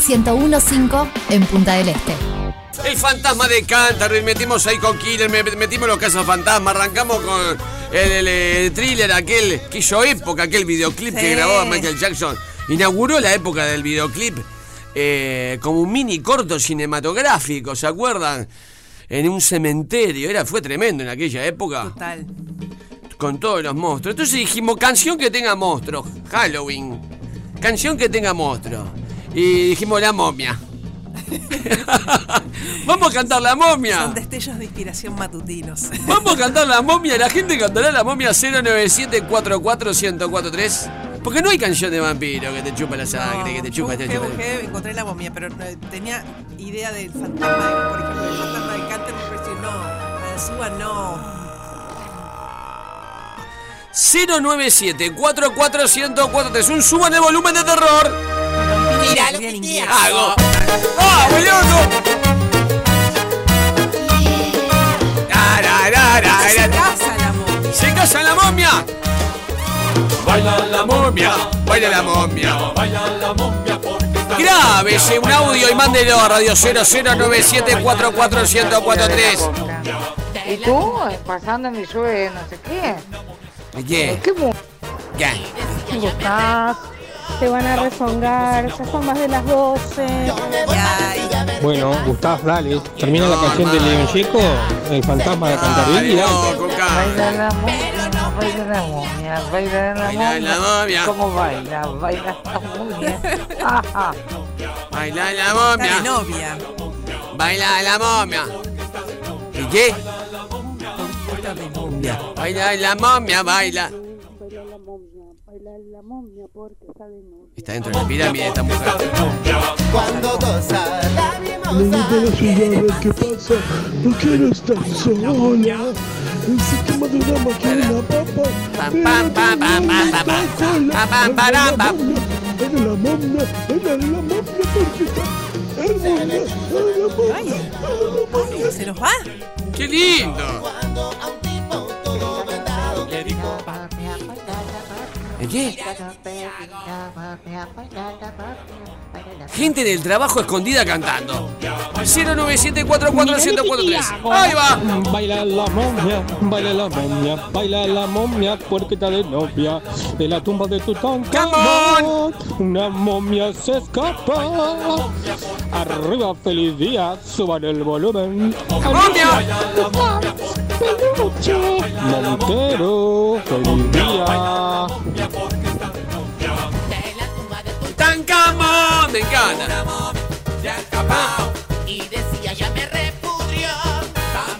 1015 en Punta del Este.
El fantasma de Cántaro, y metimos ahí con Killer, me- metimos los cazafantasmas, arrancamos con el, el, el thriller aquel que hizo época, aquel videoclip
Sí.
que grabó Michael Jackson. Inauguró la época del videoclip. eh, como un mini corto cinematográfico, ¿se acuerdan? En un cementerio, era, fue tremendo en aquella época.
Total.
Con todos los monstruos. Entonces dijimos, canción que tenga monstruos, Halloween. Canción que tenga monstruos. Y dijimos, la momia. *laughs* Vamos a cantar la momia.
Son destellos de inspiración matutinos.
Vamos a cantar la momia. La gente cantará la momia 097-44143. Porque no hay canción de vampiro que te chupa la sangre, Ah, que te chupa, te
Busqué,
chupa.
busqué, encontré la momia, pero eh, tenía idea del fantasma, de- por ejemplo, el fantasma de Canterbury, pero sí, no, la de Suba no.
097-44143. Un suban el volumen de terror.
Mira lo que Ah,
hago. ¡Ah, boludo! Ra, ra, ra, ra, ra.
Se casa la momia.
¡Se casa la momia! Baila la momia, baila la momia, baila la momia porque Grábese un audio y mándelo a radio 009744143.
¿Y tú? Pasándome llueve no sé qué.
¿Qué?
¿Qué mu-
¿Qué?
¿Cómo estás?
Se van a rezongar, ya son más de las 12.
Bueno, Gustav, dale. Termina la canción de León Chico, el fantasma de Cantaril y dale.
Baila la momia, baila la
Baila la
momia, baila la
momia.
¿Cómo baila? Baila la momia. Ah, ah.
Baila la momia.
Dale, novia.
Baila la momia. ¿Y qué? Baila la momia, baila. Está dentro de la pirámide esta mujer.
Cuando goza la
Me gustaría jugar a ver qué pasa. No quiero estar sola. El sistema de una máquina, papá.
Pam, pam, pam, pam, pam, pam, pam. Pam, pam, param, pam.
Era la momia, era la momia, porque está. Era la momia, era la momia.
¿Se nos va?
¡Qué lindo! ¿Y qué? Gente del trabajo escondida cantando. 097-44143. ¡Ahí va!
Baila la momia, baila la momia, baila la momia, puerquita de novia, de la tumba de tu tonto. Una momia se escapa. Arriba, feliz día, suban el volumen. Montero, feliz día.
¡Tan cama! ¡Me encanta!
y decía ya me repudió.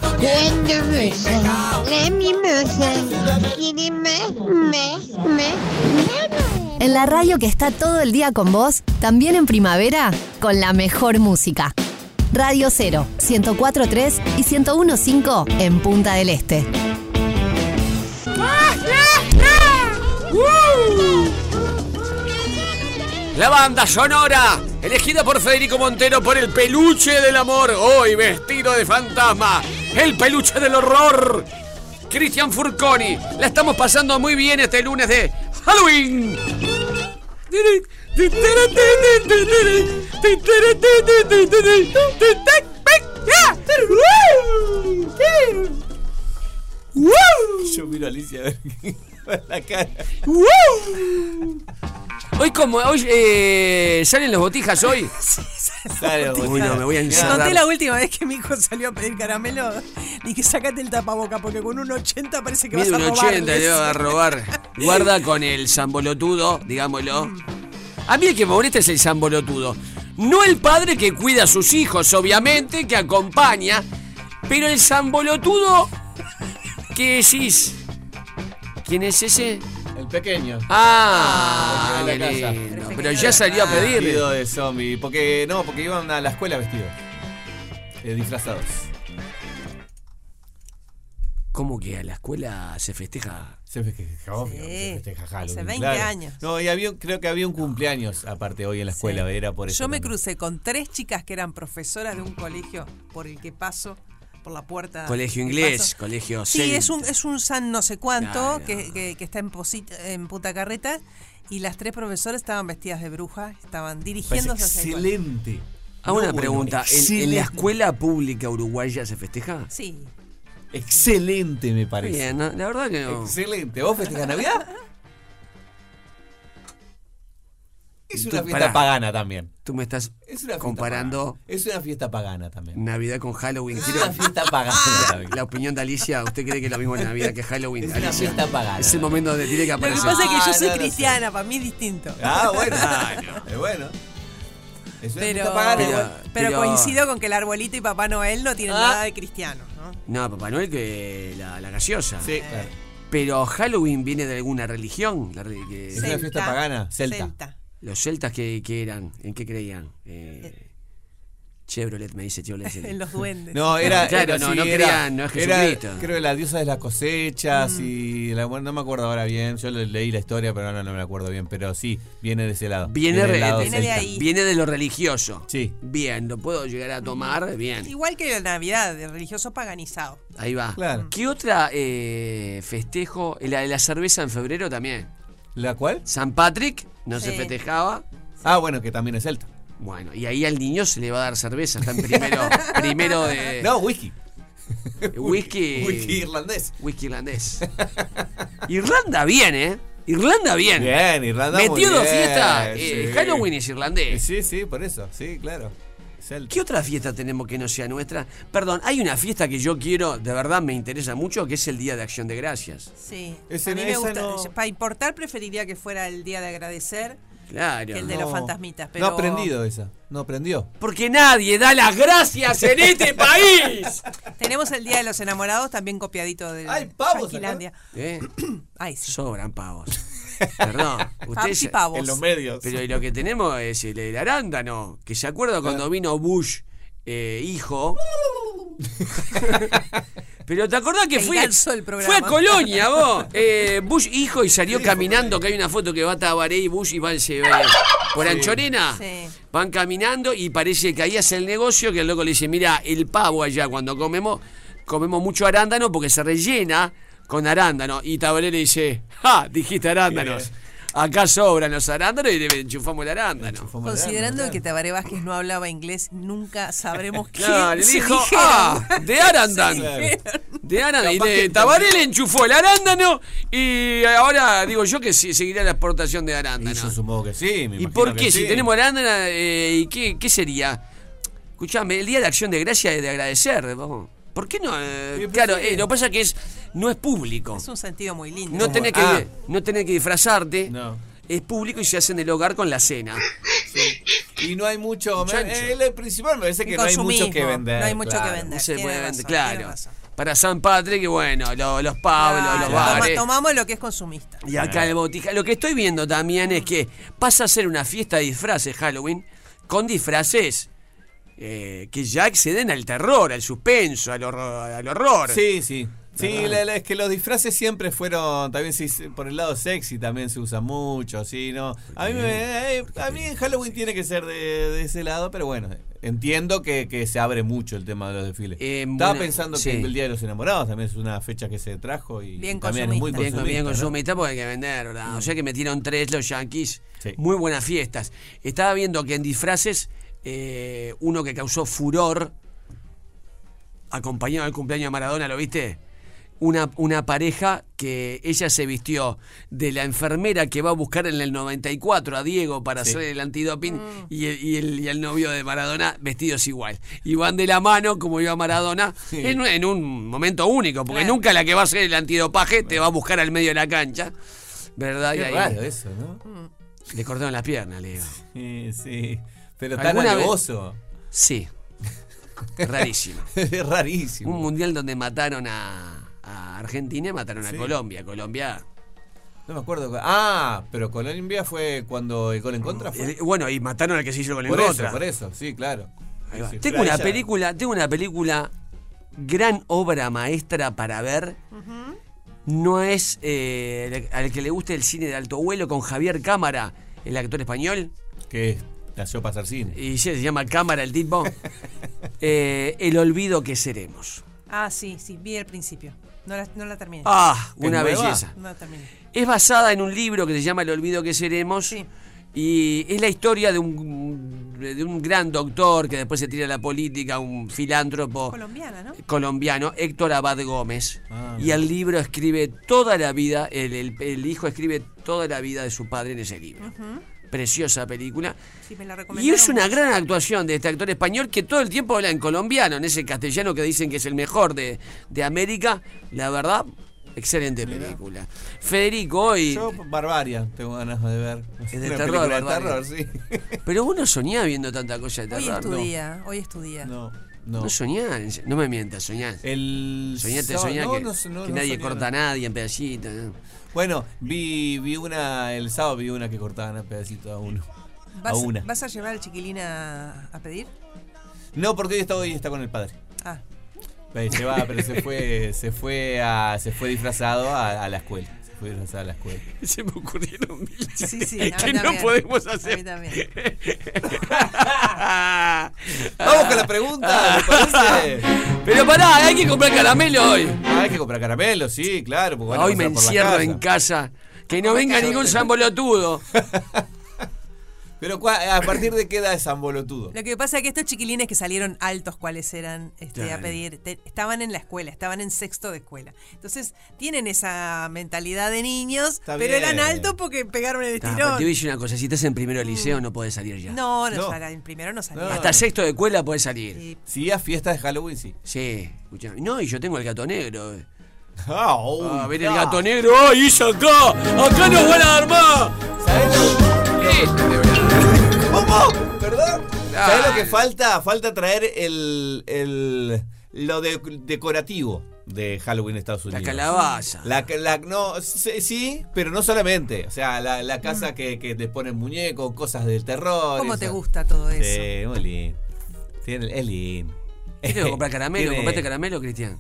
Cuando mimosa, la mimosa, tiene más, más, más.
En la radio que está todo el día con vos, también en primavera, con la mejor música. Radio 0, 1043 y 1015 en Punta del Este.
La banda sonora, elegida por Federico Montero por el peluche del amor, hoy vestido de fantasma, el peluche del horror. Cristian Furconi, la estamos pasando muy bien este lunes de Halloween.
Yo miro a Alicia a ver *laughs* la cara.
Hoy como hoy eh, salen los botijas hoy.
Sale los
Uy, no, me voy a
Te
encerrar.
conté la última vez que mi hijo salió a pedir caramelo y que sacate el tapaboca porque con un 80 parece que
Mide
vas
un
a robar.
80 le va a robar.
*laughs*
Guarda con el zambolotudo, digámoslo. A mí el que me molesta es el zambolotudo. No el padre que cuida a sus hijos, obviamente, que acompaña, pero el zambolotudo ¿Qué decís? ¿Quién es ese?
El pequeño.
Ah,
El de la
qué
casa.
lindo.
este
Pero ya salió a
Ah,
pedir.
Vestido de zombie. Porque, no, porque iban a la escuela vestidos. Eh, disfrazados.
¿Cómo que a la escuela se festeja?
Se festeja, obvio. Se festeja Halloween.
hace 20
claro.
años.
No, y había, un- creo que había un cumpleaños aparte hoy en la escuela. Era por eso.
Yo me
también.
crucé con tres chicas que eran profesoras de un colegio por el que paso, por la puerta.
Colegio
que
inglés,
paso.
colegio
Ah, Sí, es
celta.
un, es un San no sé cuánto
Claro.
que, que- que está en, Posit- en Punta Carreta y las tres profesoras estaban vestidas de bruja, estaban dirigiendo hacia el colegio.
excelente.
Ah, una
No, bueno,
pregunta. ¿en- ¿En,
excelente.
la escuela pública uruguaya se festeja?
Sí.
Excelente, me parece.
Bien, no, la verdad que no.
Excelente. ¿Vos festejas Navidad? Es
Tú-
una fiesta
pará.
pagana también.
Tú me estás
Es una fiesta
comparando
pagana. Es una fiesta pagana también.
Navidad con Halloween.
Es una fiesta pagana.
La, la opinión de Alicia, ¿usted cree que es lo mismo en Navidad que Halloween?
Es una
Alicia?
fiesta pagana.
Es el momento donde tiene que
Lo que
aparecer.
pasa es que yo
no,
soy
no
cristiana, para mí es distinto.
Ah, *laughs* bueno. Es bueno. Es una
Pero,
fiesta pagana.
pero,
igual.
coincido con que el arbolito y Papá Noel no tienen
Ah.
nada de cristiano. ¿no?
No, Papá Noel que la, la gaseosa.
Sí, claro.
Pero Halloween viene de alguna religión. la re- que-
Es una fiesta pagana. Celta.
¿Los celtas qué, qué eran? ¿En qué creían? Eh, Chevrolet, me dice Chevrolet.
En los duendes.
No, era.
Claro,
era-
no,
sí,
no
era-
creían, no es
era,
Jesucristo. Mm.
creo que la diosa de las cosechas y la bueno, no me acuerdo ahora bien. Yo le- leí la historia, pero ahora no me la acuerdo bien. Pero sí, viene de ese lado.
Viene,
del
re-
lado
de,
celta.
viene de lo religioso.
Sí.
Bien, lo puedo llegar a tomar. Bien,
Igual que la Navidad, de religioso paganizado.
ahí va.
Claro.
¿Qué otra eh, festejo? La de la cerveza en febrero también.
¿La cual?
San Patrick no se
Sí.
festejaba.
Ah, bueno, que también es celta.
Bueno, y ahí al niño se le va a dar cerveza. Está en
*laughs*
primero, primero de.
No, whisky.
Whisky.
Whisky irlandés.
Whisky irlandés. Irlanda bien, ¿eh? Irlanda bien.
Bien, Irlanda muy
Metió dos
bien,
fiestas. eh,
sí.
Halloween es irlandés.
Sí, sí, por eso. Sí, claro. Celta.
¿Qué otra fiesta tenemos que no sea nuestra? Perdón, hay una fiesta que yo quiero, de verdad me interesa mucho, que es el Día de Acción de Gracias.
Sí.
Ese-
a mí me
esa
gusta.
no-
Para importar, preferiría que fuera el día de agradecer
Claro.
que el de los fantasmitas. Pero
No ha aprendido esa. No aprendió.
Porque nadie da las gracias
*laughs*
en este país.
Tenemos el día de los enamorados, también copiadito de
Ay, pavos
Yanquilandia.
¿Eh?
Ay, sí.
*clears throat* Sobran pavos.
*laughs*
Perdón. ustedes-
y pavos. En los
medios.
Pero y lo que tenemos es el, el arándano, que se acuerda
Ah.
cuando vino Bush, eh,
*laughs*
hijo. Pero te acordás que
Te
fue,
enganchó el programa.
fue a Colonia, vos. Eh, Bush hijo y salió caminando, que hay una foto que va a Tabaré y Bush y van se ve por
Sí.
Anchorena.
Sí.
Van caminando y parece que ahí hace el negocio que el loco le dice, mira, el pavo allá cuando comemos, comemos mucho arándano porque se rellena con arándano. Y Tabaré le dice, ¡ja! Dijiste arándanos. Acá sobran los arándanos y le enchufamos el arándano.
Considerando que Tabaré Vázquez no hablaba inglés, nunca sabremos qué
*laughs* Claro, le
se
dijo,
dijeron.
¡ah!
*laughs*
De arándano. De arándano. Y
Capaz
de
que-
Tabaré le enchufó el arándano y ahora digo yo que sí, seguirá la exportación de
Y yo
arándano.
supongo que sí. me
¿Y
imagino
por
que
qué? Si
sí.
tenemos arándano, eh, ¿y qué, qué sería? Escuchame, el Día de Acción de Gracia es de agradecer. vos. ¿Por qué no? eh,
Sí, pues
claro,
sí.
eh, lo que pasa es que es, no es público.
Es un sentido muy lindo.
No tenés, que,
ah.
no tenés que disfrazarte.
No.
Es público y se hace en el hogar con la cena.
Y no hay mucho. me-
Chancho.
eh, lo principal me parece
Y
que no hay mucho
consumismo,
que vender.
no hay mucho que
claro.
vender.
No se
tiene
puede
razón,
vender,
tiene
claro.
razón.
Para San Patrick, bueno, lo- los pavos,
Claro,
los
toma-
bares.
tomamos lo que es consumista.
Y
Eh.
acá el botija. Lo que estoy viendo también es que pasa a ser una fiesta de disfraces Halloween con disfraces eh, que ya acceden al terror, al suspenso, al, horror- al horror.
Sí, sí. Sí, la- la- es que los disfraces siempre fueron, también se hice- por el lado sexy también se usa mucho, sí, ¿no? A mí, me- eh, a mí en Halloween tiene que ser de, de ese lado, pero bueno, entiendo que, que se abre mucho el tema de los desfiles.
Eh,
Estaba
bueno,
pensando
sí.
que el Día de los Enamorados también es una fecha que se trajo y
Bien
también es muy
Bien,
consumista.
bien
¿no?
consumista porque hay que vender, ¿verdad? O sea que metieron tres los yankees.
Sí.
Muy buenas fiestas. Estaba viendo que en disfraces, eh, uno que causó furor, acompañado al cumpleaños de Maradona, ¿lo viste? Una, una pareja que ella se vistió de la enfermera que va a buscar en el 94 a Diego para
Sí.
hacer el antidoping y, el, y el- y el novio de Maradona vestidos igual. Y van de la mano como iba Maradona
Sí.
en, un- en un momento único, porque
Claro.
nunca la que va a hacer el antidopaje te va a buscar al medio de la cancha. ¿Verdad? Y
Qué
ahí
raro ¿eh? eso, ¿no?
le cortaron las piernas, le digo.
Sí, *laughs* sí. Pero tan
¿Alguna vez?
alevoso. *laughs*
Sí. Rarísimo.
es rarísimo.
Un mundial donde mataron a, a Argentina y mataron a
Sí.
Colombia. Colombia.
No me acuerdo. cu- Ah, pero Colombia fue cuando el gol en contra fue.
Eh, bueno, y mataron al que se hizo con el
Por eso,
contra.
por eso, sí, claro.
Ahí va.
Sí, sí,
Tengo
pero
una
ella-
película, tengo una película, gran obra maestra para ver. No es eh, al que le guste el cine de alto vuelo con Javier Cámara, el actor español.
Que nació para hacer cine.
Y se llama Cámara el
*laughs*
tipo. Eh, el olvido que seremos.
Ah, sí, sí, vi el principio. No la, no la terminé.
Ah,
¿Es
una
nueva?
belleza.
No la terminé.
Es basada en un libro que se llama El olvido que seremos.
Sí.
Y es la historia de un, de un gran doctor que después se tira a la política, un filántropo
Colombiana, ¿no?
colombiano, Héctor Abad Gómez.
Ah,
y el libro escribe toda la vida, el, el- el hijo escribe toda la vida de su padre en ese libro. preciosa película.
Sí, me la
Y
recomendaron.
es una gran actuación de este actor español que todo el tiempo habla en colombiano, en ese castellano que dicen que es el mejor de, de América. La verdad, excelente película. Federico, hoy.
Yo, Barbaria, tengo ganas de ver.
Es de
Una
terror,
película de
Barbaria.
terror, sí. *laughs*
Pero uno soñaba viendo tanta cosa de
Hoy es
terror.
tu
¿no?
día, hoy es tu día.
No.
No.
No.
soñás, en se- no me mientas, soñás. Soñaste,
sábado-
soñás
Eh, no,
que,
no sé, no,
que
no
nadie
soñé
corta a nadie en pedacitos. ¿no?
Bueno, vi, vi una, el sábado vi una que cortaban a pedacito a uno.
¿Vas,
a una.
vas a llevar al chiquilín a, a pedir?
No, porque hoy está, hoy está con el padre.
Ah.
Pero, llevaba, pero se fue, se fue a, se fue disfrazado a, a la escuela. Se fue disfrazado a la escuela.
*laughs* Se me ocurrieron mil
Sí, sí, a
que
mí
no
también.
podemos
A mí
hacer. *laughs*
también.
Vamos
con la pregunta, ¿me parece?
Pero pará, hay que comprar caramelo hoy.
Ah, Hay que comprar caramelo, sí, claro. porque van a
Hoy me
pasar por la
encierro
casa.
en casa. Que no venga ningún
*laughs*
zambolotudo.
Pero ¿cuá- a partir de qué edad es ambolotudo?
Lo que pasa es que estos chiquilines que salieron altos, cuáles eran, este, a
Claro.
pedir, te- estaban en la escuela, estaban en sexto de escuela. Entonces, tienen esa mentalidad de niños, pero
bien.
eran altos porque pegaron el
Nah,
estirón.
Te voy a decir una cosa, si estás en primero de liceo no podés salir ya.
no, no, salían, primero no salían.
Hasta sexto de escuela podés salir.
Sí, a fiestas de Halloween,
*laughs*
sí.
Sí, escuchame. No, y yo tengo el gato negro. eh.
Ah,
A ver el gato negro. ¡Ay, hizo acá! ¡Acá nos van a armar! Este
¿Cómo? ¿Perdón? ¿Sabes
Ah.
lo que falta? Falta traer el, el- lo de- decorativo de Halloween en Estados Unidos.
calabaza.
La, ca- la- no, sí, sí, pero no solamente. O sea, la, la casa que, que te ponen muñecos, cosas del terror.
¿Cómo
eso.
te gusta todo eso?
Sí, muy lindo. Tiene, es lindo.
Tengo Este que comprar
*laughs*
caramelo.
Tiene-
¿Compraste caramelo, Cristian?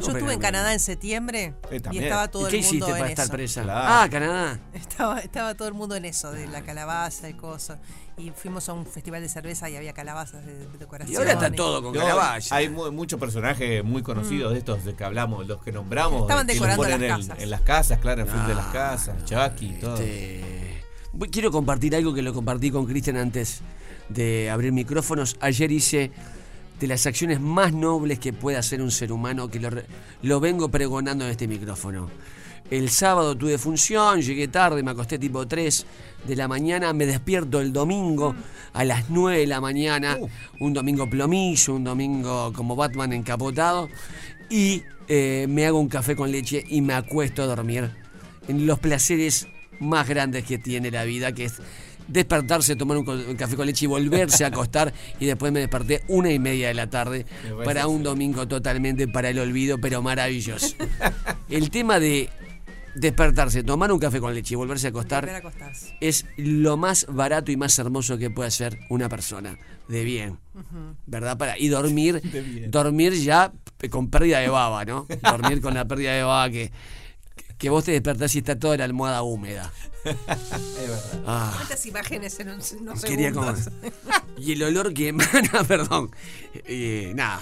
Yo estuve en Canadá en septiembre y estaba todo
¿Y qué
el
hiciste
mundo en
para estar
eso.
presa?
Claro.
Ah, Canadá.
*laughs* Estaba, estaba todo el mundo en eso, de la calabaza, el coso. Y fuimos a un festival de cerveza y había calabazas de, de decoración.
No, Hay mu- muchos personajes muy conocidos de estos de que hablamos, los que nombramos.
Mm. Estaban
que los
decorando
ponen
las
en-
casas. Ah, este,
En, las casas, claro, enfrente de las casas. Chucky, todo.
Este, Voy- Quiero compartir algo que lo compartí con Cristian antes de abrir micrófonos. Ayer hice de las acciones más nobles que puede hacer un ser humano, que lo, re- lo vengo pregonando en este micrófono. El sábado tuve función, llegué tarde, me acosté tipo 3 de la mañana, me despierto el domingo a las 9 de la mañana, un domingo plomizo, un domingo como Batman encapotado, y eh, me hago un café con leche y me acuesto a dormir en los placeres más grandes que tiene la vida, que es despertarse, tomar un, co- un café con leche
*laughs*
y volverse a acostar. y después me desperté una y media de la tarde
Me parece
para un domingo totalmente para el olvido, pero maravilloso. el tema de despertarse, tomar un café con leche y volverse a acostar
Volver a acostarse.
es lo más barato y más hermoso que puede hacer una persona de bien.
Ujú.
¿Verdad? Para, y dormir, dormir ya p- con pérdida de baba, ¿no? Dormir con la pérdida de baba que, que vos te despertás y está toda la almohada húmeda.
Es verdad.
Ah,
¿Cuántas imágenes en un, unos
quería comer.
segundos?
*laughs* Y el olor que emana, *laughs* perdón. Eh, nada.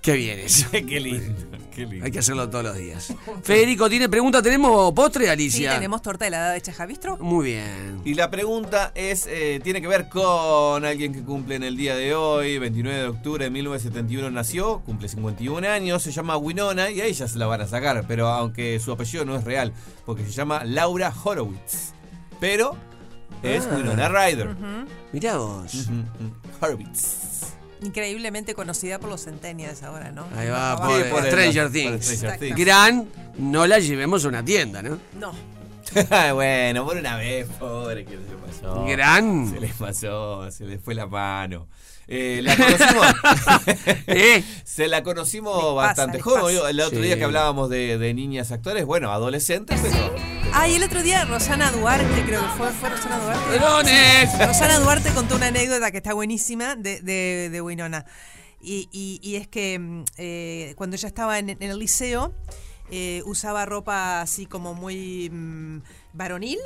Qué bien
*laughs*
eso.
qué lindo, qué lindo.
Hay que hacerlo todos los días. Federico, ¿tiene pregunta? ¿Tenemos postre,
Sí,
Alicia?
tenemos torta helada de Chajavistro.
Muy bien.
Y la pregunta es, eh, tiene que ver con alguien que cumple en el día de hoy, 29 de octubre de 1971 nació, cumple 51 años, se llama Winona y a ella se la van a sacar, pero aunque su apellido no es real, porque se llama Laura Horowitz. Pero es
Ah.
Winona Ryder.
Ujú.
Mirá vos.
Horowitz.
Increíblemente conocida por los centenias ahora, ¿no?
Ahí va,
Abajo.
por,
Sí, por el-
Stranger
por
Things.
Stranger Things.
Gran, no la llevemos a una tienda, ¿no?
No.
*laughs* bueno, por una vez, pobre, que se le pasó.
Gran.
Se les pasó, se les fue la mano.
*laughs*
Eh, la conocimos. Se la conocimos bastante
les
joven.
pasa.
digo, El otro
Sí.
día que hablábamos de, de niñas actores, bueno, adolescentes, pero.
Ah, y el otro día Rosana Duarte, creo que fue, fue Rosana Duarte.
¡Pelones!
Rosana Duarte contó una anécdota que está buenísima de, de, de Winona. Y, y- y es que mm, eh, cuando ella estaba en, en el liceo, eh, usaba ropa así como muy mm, varonil.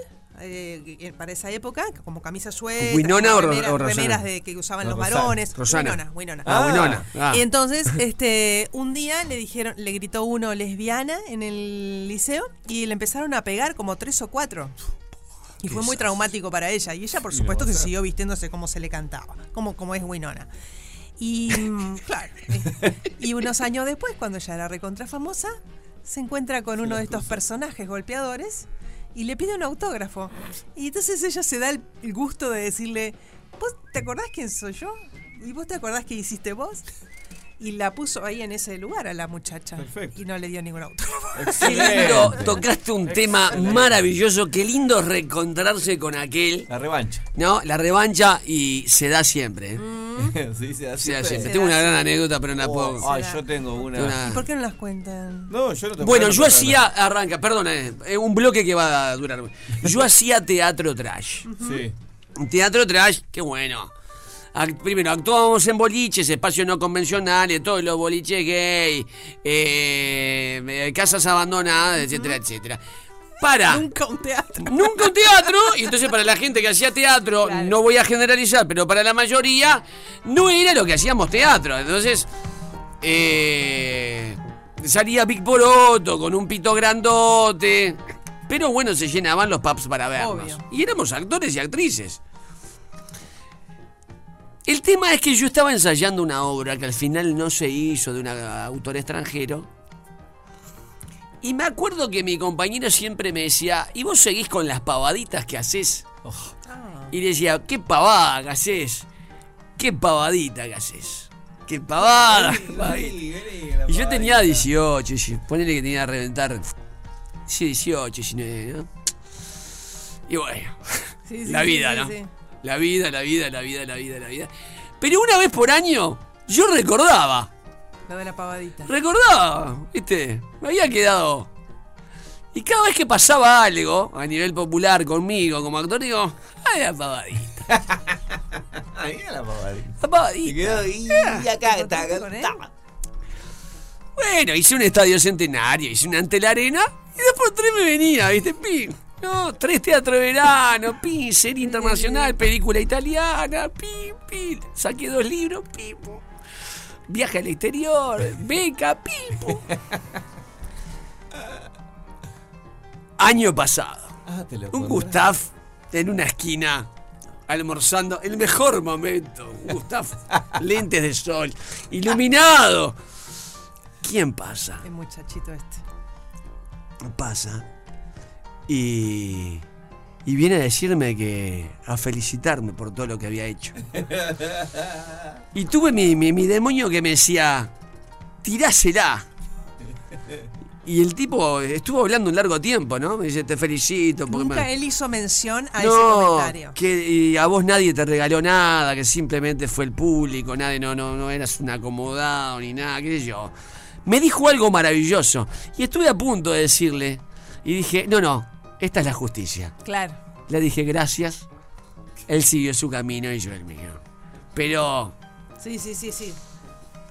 eh, que- para esa época, como camisa suelta,
¿Winona
como
o Ro-
remeras-
o Rosana?
remeras de, que usaban
No,
los
Rosana.
varones.
Rosana.
Winona, Winona.
Ah, Winona. Ah.
Y entonces, este, un día le dijeron, le gritó uno lesbiana en el liceo y le empezaron a pegar como tres o cuatro. Y fue muy traumático para ella. Y ella, por
Y lo
supuesto, que
vas a-
siguió vistiéndose como se le cantaba, como, como es Winona. Y
*laughs*
mm, claro. Y unos años después, cuando ella era recontra famosa, se encuentra con uno de estos personajes golpeadores y le pide un autógrafo. Y entonces ella se da el, el gusto de decirle, ¿vos te acordás quién soy yo? ¿Y vos te acordás qué hiciste vos? Y la puso ahí en ese lugar a la muchacha. Y no le dio ningún autógrafo. *laughs*
Qué lindo, tocaste un tema maravilloso, qué lindo reencontrarse con aquel. La revancha. No, la revancha y se da siempre. ¿eh?
Mm.
*laughs* sí, se da
Se da
Mm, siempre.
siempre. Tengo una gran anécdota, pero no la puedo.
Ay, yo tengo una.
Una-
¿Por qué no las cuentan?
No, yo no te
Bueno,
puedo
yo
contar
hacía, arranca, perdona, eh, eh, un bloque que va a durar. Yo hacía teatro trash.
Sí.
Un Teatro trash, qué bueno. Ac- primero, actuábamos en boliches, espacios no convencionales, todos los boliches gay, eh, eh, casas abandonadas, etcétera, etcétera. Para.
Nunca un teatro.
Nunca un teatro. Y entonces para la gente que hacía teatro, no voy a generalizar, pero para la mayoría, no era lo que hacíamos teatro. Entonces, eh, salía Big Poroto con un pito grandote. Pero bueno, se llenaban los pubs para vernos. Y éramos actores y actrices. El tema es que yo estaba ensayando una obra que al final no se hizo de un autor extranjero. Y me acuerdo que mi compañero siempre me decía, ¿y vos seguís con las pavaditas que haces? Y le decía, ¿qué pavada que haces? ¿Qué pavadita que haces? ¿Qué pavada? Y yo tenía 18, y ponele que tenía que reventar. Sí, 18, 19, ¿no? Y bueno,
Sí, sí,
la
sí,
vida,
sí,
¿no?
sí.
La vida, la vida, la vida, la vida, la vida. Pero una vez por año, yo recordaba,
Lo de la pavadita.
recordaba, ¿viste? Me había quedado. Y cada vez que pasaba algo a nivel popular conmigo como actor, digo, ¡ay, la pavadita!
*laughs* Ahí a la pavadita.
La pavadita.
Ah,
Y acá está.
Bueno, hice un estadio centenario, hice un ante la arena y después tres me venía, ¿viste? Pim. No, tres teatro de verano, pim, serie internacional, película italiana, pim, pim. Saqué dos libros, pim. pum. Viaje al exterior, beca, pim. pum. Año pasado,
Ah, te lo
un
acordás.
Gustav en una esquina almorzando, el mejor momento, un Gustav, *laughs* lentes de sol, iluminado. ¿Quién pasa?
El muchachito este.
pasa y, y viene a decirme que a felicitarme por todo lo que había hecho. Y tuve mi, mi- mi demonio que me decía, tirásela. Y el tipo estuvo hablando un largo tiempo, ¿no? Me dice, te felicito. porque me-
Nunca él hizo mención a ese
no,
comentario.
que y a vos nadie te regaló nada, que simplemente fue el público, nadie, no, no, no eras un acomodado ni nada, qué sé yo. Me dijo algo maravilloso y estuve a punto de decirle y dije, no, no, esta es la justicia.
Claro.
Le dije gracias, él siguió su camino y yo el mío. Pero
Sí, sí, sí, sí.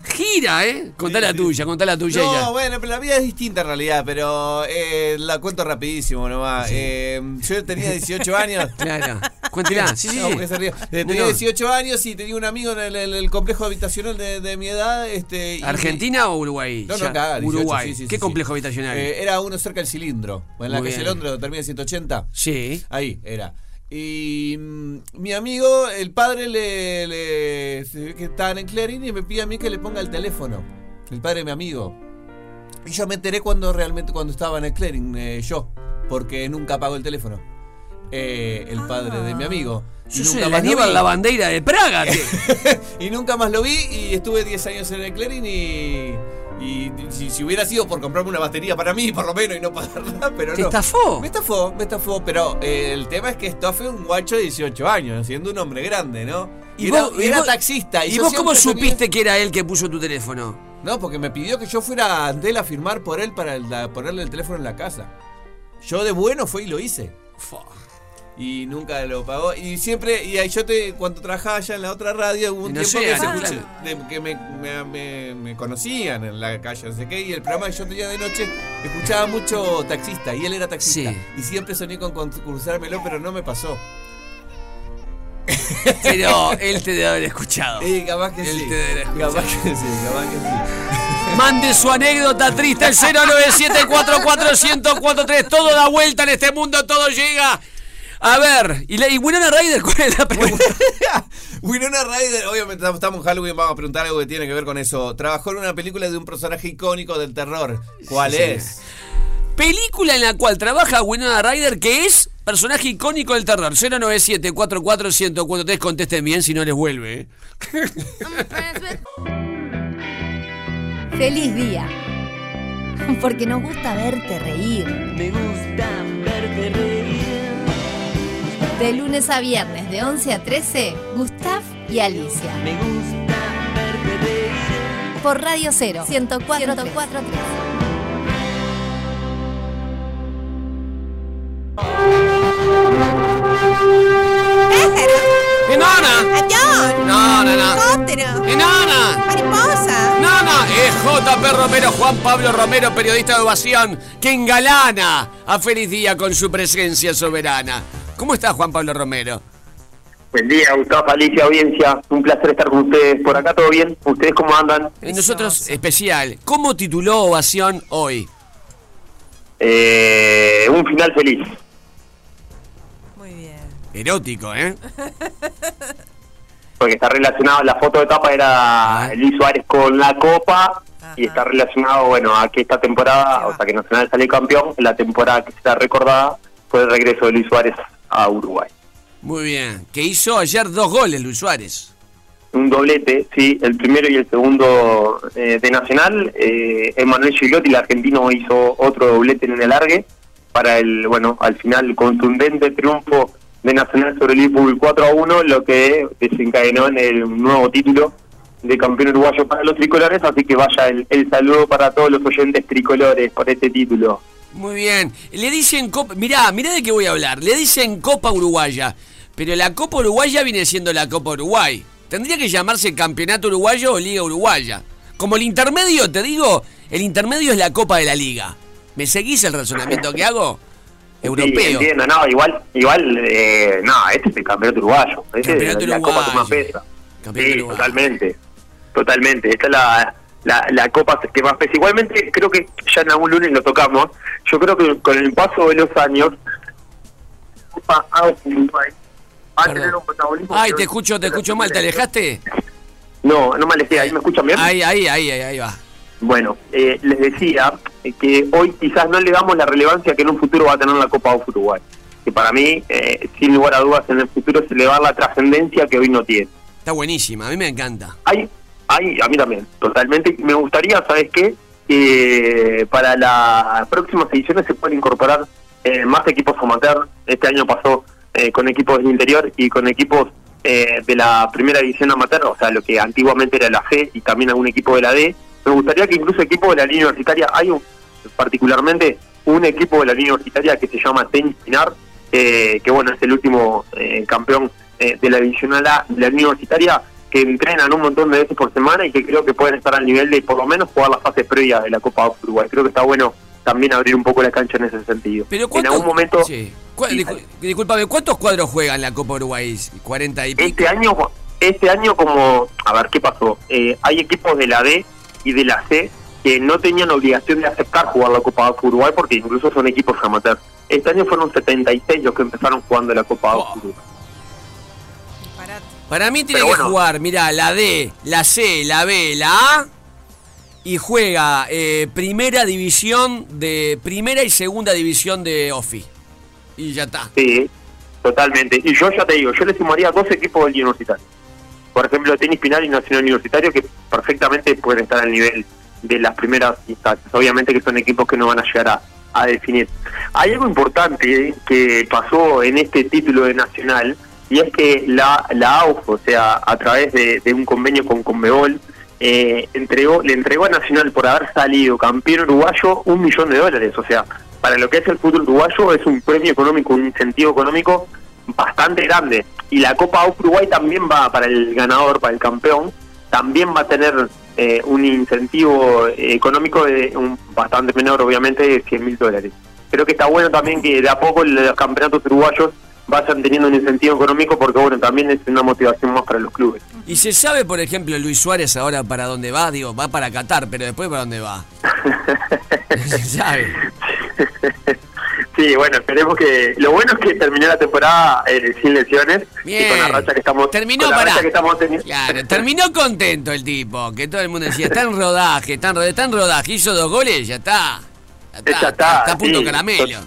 gira, ¿eh? Contá la tuya, contá la tuya. y ya.
No, bueno, pero la vida es distinta en realidad, pero eh, la cuento rapidísimo nomás. Eh, yo tenía
*laughs*
18 años.
Claro, cuéntela. Sí, sí,
*laughs* No,
sí.
porque se ríe. Eh,
No,
tenía
no.
18 años y tenía un amigo en el, el- el complejo habitacional de, de mi edad. Este, y-
¿Argentina o Uruguay?
No, no,
Ya,
acá, 18,
Uruguay.
sí, sí,
¿Qué
sí, sí.
complejo habitacional?
Eh, era uno cerca del cilindro. En la
Muy
calle
bien.
Londres, donde termina 180.
Sí.
Ahí era. Y mm, mi amigo, el padre, le, le- se ve que estaban en Clarín y me pide a mí que le ponga el teléfono. El padre de mi amigo. Y yo me enteré cuando realmente cuando estaba en el Clarín, eh, yo, porque nunca apagó el teléfono. Eh, el padre de mi amigo.
Ah. Yo
Y
soy
nunca
el
más lo
Aníbal
vi.
la bandera
*laughs*
de Praga. tío.
Y nunca más lo vi y estuve 10 años en el Clarín y... Y si, si hubiera sido por comprarme una batería para mí, por lo menos, y no pagarla, pero
¿Te
no.
estafó?
Me estafó, me estafó, pero eh, el tema es que estafe un guacho de 18 años, siendo un hombre grande, ¿no?
Y
era,
vos- y
era
vos-
taxista.
¿Y
yo
vos cómo
siempre tenía-
supiste que era él que puso tu teléfono?
No, porque me pidió que yo fuera a Antel a firmar por él para el- la- ponerle el teléfono en la casa. Yo de bueno fui y lo hice. Y nunca lo pagó. Y siempre, y ahí yo te, cuando trabajaba allá en la otra radio, hubo un
No
tiempo
sé,
que, se
ah.
escuché- de- que me, me- me- me conocían en la calle, no sé qué, y el programa que yo tenía de noche escuchaba mucho taxista, y él era taxista. Y siempre soñé con concursármelo, pero no me pasó.
*laughs* Pero él te debe haber escuchado.
Y Eh, capaz que sí. Capaz que sí, *laughs* capaz que
Mande su anécdota triste al 097441043. Todo da vuelta en este mundo, todo llega. A ver, ¿y, la, y Winona Ryder cuál es la pregunta?
Winona Ryder, obviamente estamos en Halloween, vamos a preguntar algo que tiene que ver con eso. Trabajó en una película de un personaje icónico del terror. ¿Cuál
Sí,
es?
sí. Película en la cual trabaja Winona Ryder, que es personaje icónico del terror. 097 44143 Contesten bien si no les vuelve. ¿eh?
Feliz día. Porque nos gusta verte reír. Me gusta verte reír. De lunes a viernes, de 11 a 13, Gustav y Alicia. Me gusta verte reír. Por Radio 0, 104, 104
¡Enana!
¡Avión!
No, no, no.
¡Helicóptero!
¡Enana!
¡Mariposa!
No, no, es J.P. Romero, Juan Pablo Romero, periodista de Ovación, que engalana a Feliz Día con su presencia soberana. ¿Cómo está Juan Pablo Romero?
Buen día, Gustavo, Alicia, audiencia. Un placer estar con ustedes. Por acá todo bien. ¿Ustedes cómo andan?
Eh, Nosotros, especial, ¿cómo tituló Ovación hoy?
Eh, un final feliz.
Erótico, ¿eh?
Porque está relacionado, la foto de tapa era Luis Suárez con la copa y está relacionado, bueno, a que esta temporada, o sea, que Nacional salió campeón, la temporada que será recordada fue el regreso de Luis Suárez a Uruguay.
Muy bien. Que hizo ayer dos goles, Luis Suárez.
Un doblete, sí, el primero y el segundo eh, de Nacional. Eh, Emanuel Gigliotti, el argentino, hizo otro doblete en el alargue para el, bueno, al final contundente triunfo de Nacional sobre el Liverpool 4 a 1, lo que desencadenó en el nuevo título de campeón uruguayo para los tricolores, así que vaya el, el saludo para todos los oyentes tricolores por este título.
Muy bien. Le dicen Copa. Mirá, mirá de qué voy a hablar. Le dicen Copa Uruguaya. Pero la Copa Uruguaya viene siendo la Copa Uruguay. Tendría que llamarse Campeonato Uruguayo o Liga Uruguaya. Como el intermedio, te digo, el intermedio es la Copa de la Liga. ¿Me seguís el razonamiento que hago? Europeo.
Sí, entiendo, no, igual, igual eh, no, este es el campeonato uruguayo, este
Campeonato
es la copa que más
uruguayo.
pesa. sí, totalmente, totalmente, esta es la, la, la copa que más pesa. Igualmente, creo que ya en algún lunes lo tocamos, yo creo que con el paso de los años, Copa Aus Uruguay va a tener un protagonismo.
Ay,
que
te
no-
escucho, te escucho mal. ¿Te alejaste?
No, no me alejé, ahí me escuchan bien.
Ahí, ahí, ahí, ahí, ahí va.
Bueno, eh, les decía que hoy quizás no le damos la relevancia que en un futuro va a tener la Copa Off Uruguay. Que para mí, eh, sin lugar a dudas, en el futuro se le va a dar la trascendencia que hoy no tiene.
Está buenísima, a mí me encanta.
Hay, hay, a mí también, totalmente. Me gustaría, ¿sabes qué? Que para las próximas ediciones se puedan incorporar eh, más equipos amateur. Este año pasó eh, con equipos del interior y con equipos eh, de la primera división amateur, o sea, lo que antiguamente era la C y también algún equipo de la D. Me gustaría que incluso equipos de la línea universitaria, hay un, particularmente un equipo de la línea universitaria que se llama Tenis Pinar, eh, que bueno, es el último eh, campeón eh, de la divisional A de la línea universitaria, que entrenan un montón de veces por semana y que creo que pueden estar al nivel de por lo menos jugar las fases previas de la Copa Uruguay. Creo que está bueno también abrir un poco la cancha en ese sentido.
Pero
en
¿cuántos-
algún momento
Sí. Cu- discu- disculpame, ¿cuántos cuadros juegan la Copa Uruguay? ¿40 y pico?
Este año, este año como, a ver, ¿qué pasó? Eh, hay equipos de la D y de la C que no tenían obligación de aceptar jugar la Copa AFA Uruguay porque incluso son equipos amateur. Este año fueron 76 los que empezaron jugando la Copa AFA Uruguay.
Para mí tiene
Pero
que
bueno.
jugar, mirá, la D, la C, la B, la A. Y juega eh, primera división de. Primera y segunda división de OFI. Y ya está.
Sí, totalmente. Y yo ya te digo, yo le sumaría dos equipos del universitario. Por ejemplo, Tenis Pinal y Nacional Universitario que perfectamente pueden estar al nivel de las primeras instancias. Obviamente que son equipos que no van a llegar a, a definir. Hay algo importante eh, que pasó en este título de Nacional y es que la, la AUF, o sea, a través de, de un convenio con Conmebol, eh, entregó, le entregó a Nacional por haber salido campeón uruguayo un millón de dólares. O sea, para lo que es el fútbol uruguayo es un premio económico, un incentivo económico bastante grande. Y la Copa AUF Uruguay también va para el ganador, para el campeón, también va a tener eh, un incentivo eh, económico de un, bastante menor, obviamente, de 100 mil dólares. Creo que está bueno también que de a poco los campeonatos uruguayos vayan teniendo un incentivo económico porque, bueno, también es una motivación más para los clubes.
Y se sabe, por ejemplo, Luis Suárez ahora para dónde va. Digo, va para Qatar, pero después para dónde va. *laughs* se sabe.
*laughs* Sí, bueno, esperemos que... Lo bueno es que terminó la temporada eh, sin lesiones y con la racha que estamos...
Terminó,
con la
pará.
racha que estamos teniendo.
Claro, terminó contento el tipo. Que todo el mundo decía, está en rodaje, está en rodaje, está en rodaje. Hizo dos goles, ya está.
Ella está,
está a punto
sí,
caramelo.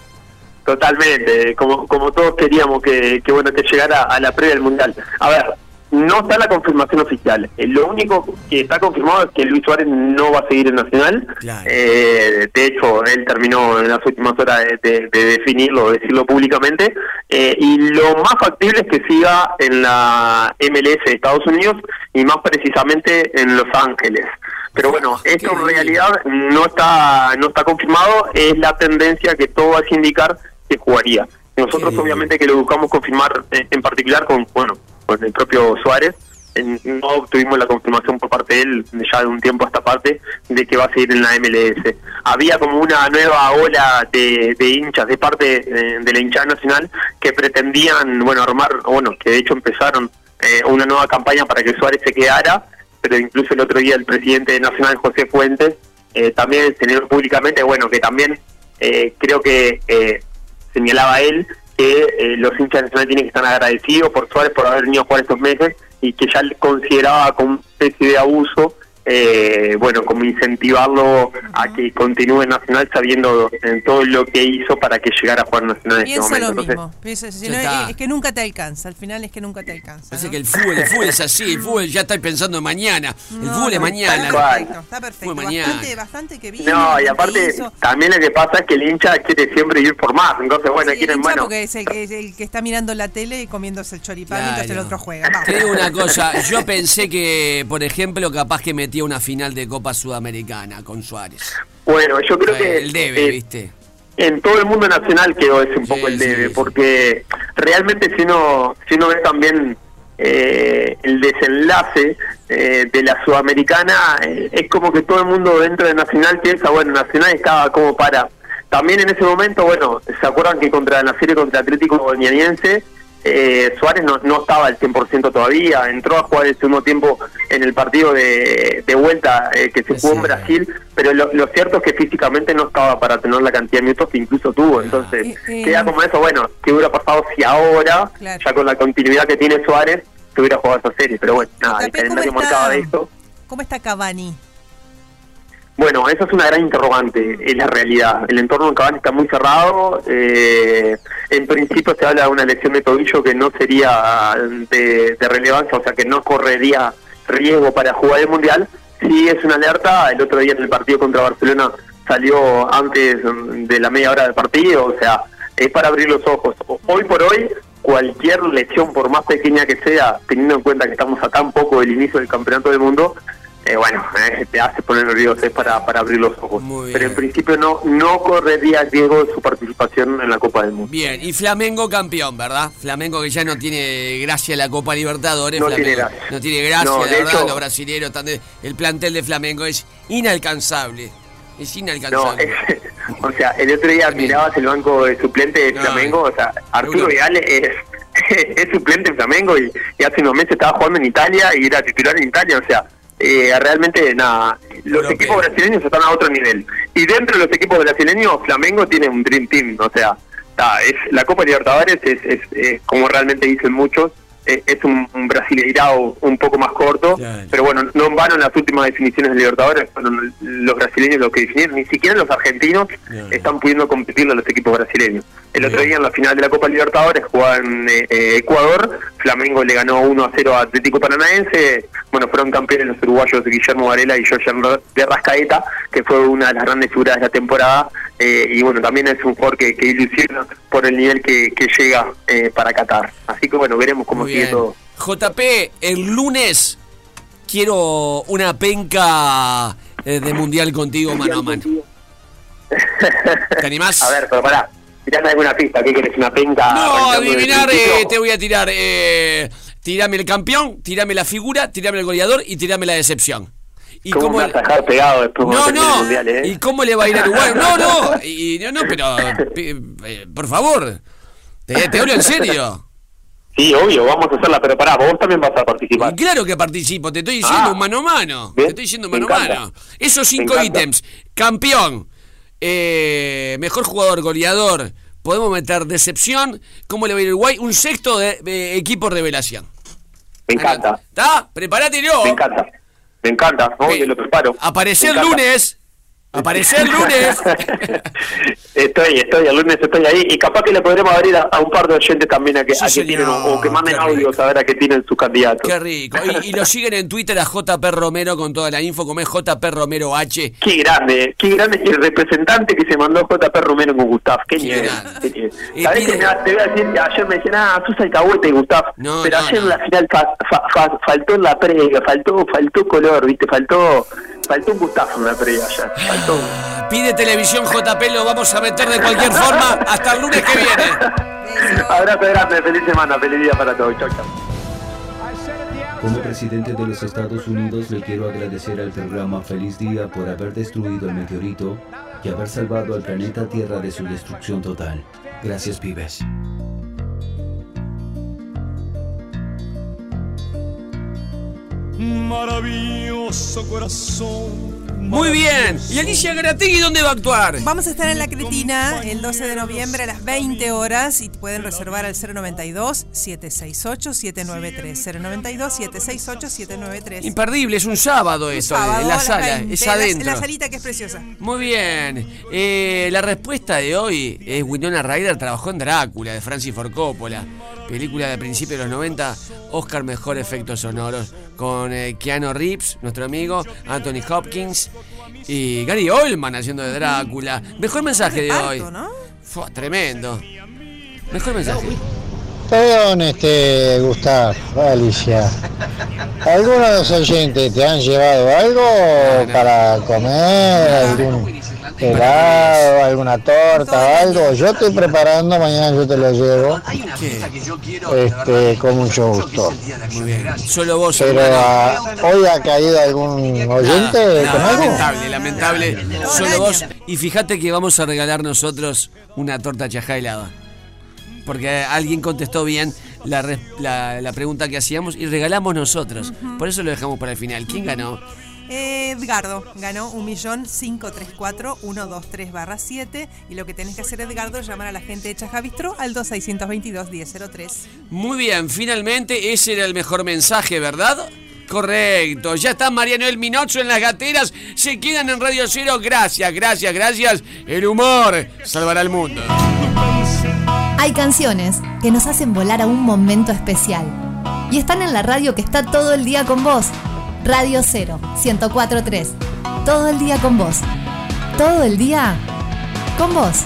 Totalmente, como, como todos queríamos que, que bueno que llegara a la previa del mundial. A ver, no está la confirmación oficial. Eh, Lo único que está confirmado es que Luis Suárez no va a seguir en Nacional. Eh, de hecho, él terminó en las últimas horas de, de- de definirlo, de decirlo públicamente. Eh, y lo más factible es que siga en la MLS de Estados Unidos y más precisamente en Los Ángeles. Pero bueno, esto en realidad no está no está confirmado, es la tendencia que todo hace indicar que jugaría. Nosotros obviamente que lo buscamos confirmar eh, en particular con bueno con el propio Suárez. En- No obtuvimos la confirmación por parte de él ya de un tiempo a esta parte de que va a seguir en la MLS. Había como una nueva ola de, de hinchas de parte eh, de la hinchada nacional que pretendían, bueno, armar, o bueno, que de hecho empezaron eh, una nueva campaña para que Suárez se quedara, pero incluso el otro día el presidente de Nacional, José Fuentes, eh, también señaló públicamente, bueno, que también eh, creo que eh, señalaba él que eh, los hinchas de Nacional tienen que estar agradecidos por Suárez por haber venido a jugar estos meses y que ya le consideraba como una especie de abuso, eh, bueno, como incentivarlo a que continúe en Nacional sabiendo eh, todo lo que hizo para que llegara a jugar en Nacional en este
Pienso
momento.
lo
Entonces,
mismo. Pienso- si
Ya
no, eh,
está.
es, es que nunca te alcanza. Al final es que nunca te alcanza.
Parece que el fútbol, el fútbol es así, el fútbol ya está pensando en mañana. El
No,
fútbol es
no,
mañana.
Está perfecto, está perfecto.
Fue mañana.
Bastante, bastante que vino.
No, y
que
aparte,
hizo.
también lo que pasa es que el hincha quiere siempre ir por más. Entonces, bueno,
Sí, el
quieren,
hincha
bueno.
porque es el, que- es el que está mirando la tele y comiéndose el choripán mientras el
Claro.
otro juega. Vamos.
Te digo una cosa, yo pensé que, por ejemplo, capaz que metía una final de Copa Sudamericana con Suárez.
Bueno, yo creo que.
El debe,
eh,
¿viste?
en todo el mundo nacional quedó ese un poco el debe, porque realmente si uno, si uno ve también eh, el desenlace eh, de la sudamericana, eh, es como que todo el mundo dentro de Nacional piensa, bueno, Nacional estaba como para. También en ese momento, bueno, ¿se acuerdan que contra la serie contra Atlético Bolivianiense eh, Suárez no, no estaba al 100% todavía, entró a jugar el segundo tiempo en el partido de, de vuelta eh, que se jugó en Brasil, pero lo, lo cierto es que físicamente no estaba para tener la cantidad de minutos que incluso tuvo, entonces
eh.
queda como eso, bueno, ¿qué hubiera pasado si ahora,
Claro.
ya con la continuidad que tiene Suárez, se hubiera jugado esa serie? Pero bueno, nada, el
Tapé, ¿cómo
calendario
está?
marcaba de esto.
¿Cómo está Cavani?
Bueno, esa es una gran interrogante, es la realidad. El entorno de Cavani está muy cerrado. eh, en principio se habla de una lesión de tobillo que no sería de, de relevancia, o sea, que no correría riesgo para jugar el Mundial. Sí es una alerta. El otro día en el partido contra Barcelona salió antes de la media hora del partido, o sea, es para abrir los ojos. O- Hoy por hoy, cualquier lesión, por más pequeña que sea, teniendo en cuenta que estamos a tan poco del inicio del Campeonato del Mundo, eh, bueno, eh, te hace poner nervioso, es para, para abrir los ojos. Pero en principio no no correría riesgo de su participación en la Copa del Mundo.
Bien, y Flamengo campeón, ¿verdad? Flamengo que ya no tiene gracia la Copa Libertadores.
No
Flamengo.
tiene gracia.
No tiene gracia,
No,
la
de
verdad,
hecho-
los brasileños están de- El plantel de Flamengo es inalcanzable. Es
No,
inalcanzable.
es- *laughs* o sea, el otro día mirabas el banco de suplente de Flamengo, o sea, Arturo Vidal es, *laughs* es suplente en Flamengo y, y hace unos meses estaba jugando en Italia y era titular en Italia, o sea, eh, realmente nada, los equipos brasileños están a otro nivel. Y dentro de los equipos brasileños, Flamengo tiene un Dream Team, o sea, está, es, la Copa Libertadores es, es, es, como realmente dicen muchos, eh, es un, un brasileirao un poco más corto, pero bueno, no en vano en las últimas definiciones de Libertadores fueron los brasileños los que definieron, ni siquiera los argentinos están pudiendo competir a los equipos brasileños. El otro día en la final de la Copa Libertadores jugaban eh, eh, Ecuador, Flamengo le ganó 1 a 0 a Atlético Paranaense, bueno, fueron campeones los uruguayos Guillermo Varela y Jorge de Rascaeta, que fue una de las grandes figuras de la temporada, eh, y bueno, también es un jugador que, que ilusiona por el nivel que, que llega eh, para Qatar. Así que bueno, veremos cómo sigue todo.
JP, el lunes quiero una penca eh, de mundial contigo, mano a mano. ¿Te animás?
*laughs* A ver, pero pará, tirame alguna pista, ¿qué querés? ¿Una penca?
No,
arrancando desde Ah, el
adivinar,
principio?
eh, te voy a tirar. Eh, tirame el campeón, tirame la figura, tirame el goleador y tirame la decepción. ¿Y
¿Cómo, me vas a dejar pegado después
No,
cuando termine
no.
el mundial, eh?
¿Y cómo le va a ir a Uruguay? No, no. Y, no, no,
*laughs*
pero. pe- eh, por favor. Te, te hablo en serio.
Sí, obvio, vamos a hacerla, pero pará, vos también vas a participar.
Claro que participo. Te estoy diciendo
Ah.
un mano a mano.
Bien,
Te estoy diciendo
me
mano a
encanta.
mano. Esos
Me
cinco
encanta.
ítems. Campeón. eh, mejor jugador, goleador. Podemos meter decepción. ¿Cómo le va a ir a Uruguay? Un sexto de, de equipo revelación.
Me encanta,
¿Está? Prepárate, no.
me encanta, me encanta, obvio, lo preparo.
Aparece
Me
el
encanta.
lunes. Aparecer
*laughs*
el lunes. *laughs*
Estoy, estoy, el lunes estoy ahí y capaz que le podremos abrir a, a un par de oyentes también a que, a que tienen o, o que manden audios a ver a qué tienen sus candidatos.
Qué rico. Y, y lo siguen en Twitter a JP Romero con toda la info, como es JP Romero H.
*laughs* Qué grande, qué grande el representante que se mandó JP Romero con Gustav. Qué, nivel. qué nivel. Sabés que me- te voy a decir, que ayer me decían, ah, sos alcahuete Gustav. pero ayer en la final fa- fa- fa- faltó en la previa, faltó, faltó color, viste, faltó, faltó un Gustav en la previa ayer. Faltó un-
Pide televisión JP, lo vamos a meter de cualquier forma hasta el lunes que viene.
*laughs* Abrazo grande, feliz semana, feliz día para todos. Chau, chau.
Como presidente de los Estados Unidos le quiero agradecer al programa Feliz Día por haber destruido el meteorito y haber salvado al planeta Tierra de su destrucción total. Gracias, pibes.
Maravilloso corazón.
Muy bien. ¿Y Alicia Grategui dónde va a actuar?
Vamos a estar en La Cretina el 12 de noviembre a las 20 horas y pueden reservar al 092-768-793. 092-768-793.
Imperdible, es un sábado esto,
Sábado
en
a
la
las
sala,
20,
es
en la-
adentro.
En la salita que es preciosa.
Muy bien. Eh, la respuesta de hoy es Winona Ryder trabajó en Drácula de Francis Ford Coppola, película de principios de los 90, Oscar Mejor Efectos Sonoros, con eh, Keanu Reeves, nuestro amigo, Anthony Hopkins y Gary Oldman haciendo de Drácula. Mejor mensaje de hoy. Fua, tremendo. Mejor mensaje.
Perdón, este, Gustav, Alicia. ¿Alguno de los oyentes te han llevado algo para comer? ¿Algún helado, alguna torta, algo? Yo estoy preparando, mañana yo te lo llevo. Este, con mucho gusto.
Muy bien. Solo vos,
Pero
hermano.
ah, hoy ha caído algún oyente con
Nada,
algo.
lamentable, lamentable. Solo vos. Y fíjate que vamos a regalar nosotros una torta chajá helada. Porque alguien contestó bien la, res- la- la pregunta que hacíamos y regalamos nosotros. Por eso lo dejamos para el final. ¿Quién ganó?
Eh, Edgardo ganó 1.534.123 barra 7 y lo que tenés que hacer Edgardo es llamar a la gente de Chajavistro al 2622-1003.
Muy bien, finalmente ese era el mejor mensaje, ¿verdad? Correcto, ya está Mariano El Minocho en las gateras, se quedan en Radio Cero, gracias, gracias, gracias. El humor salvará al mundo.
Hay canciones que nos hacen volar a un momento especial. Y están en la radio que está todo el día con vos. Radio 0, 1043. Todo el día con vos. Todo el día con vos.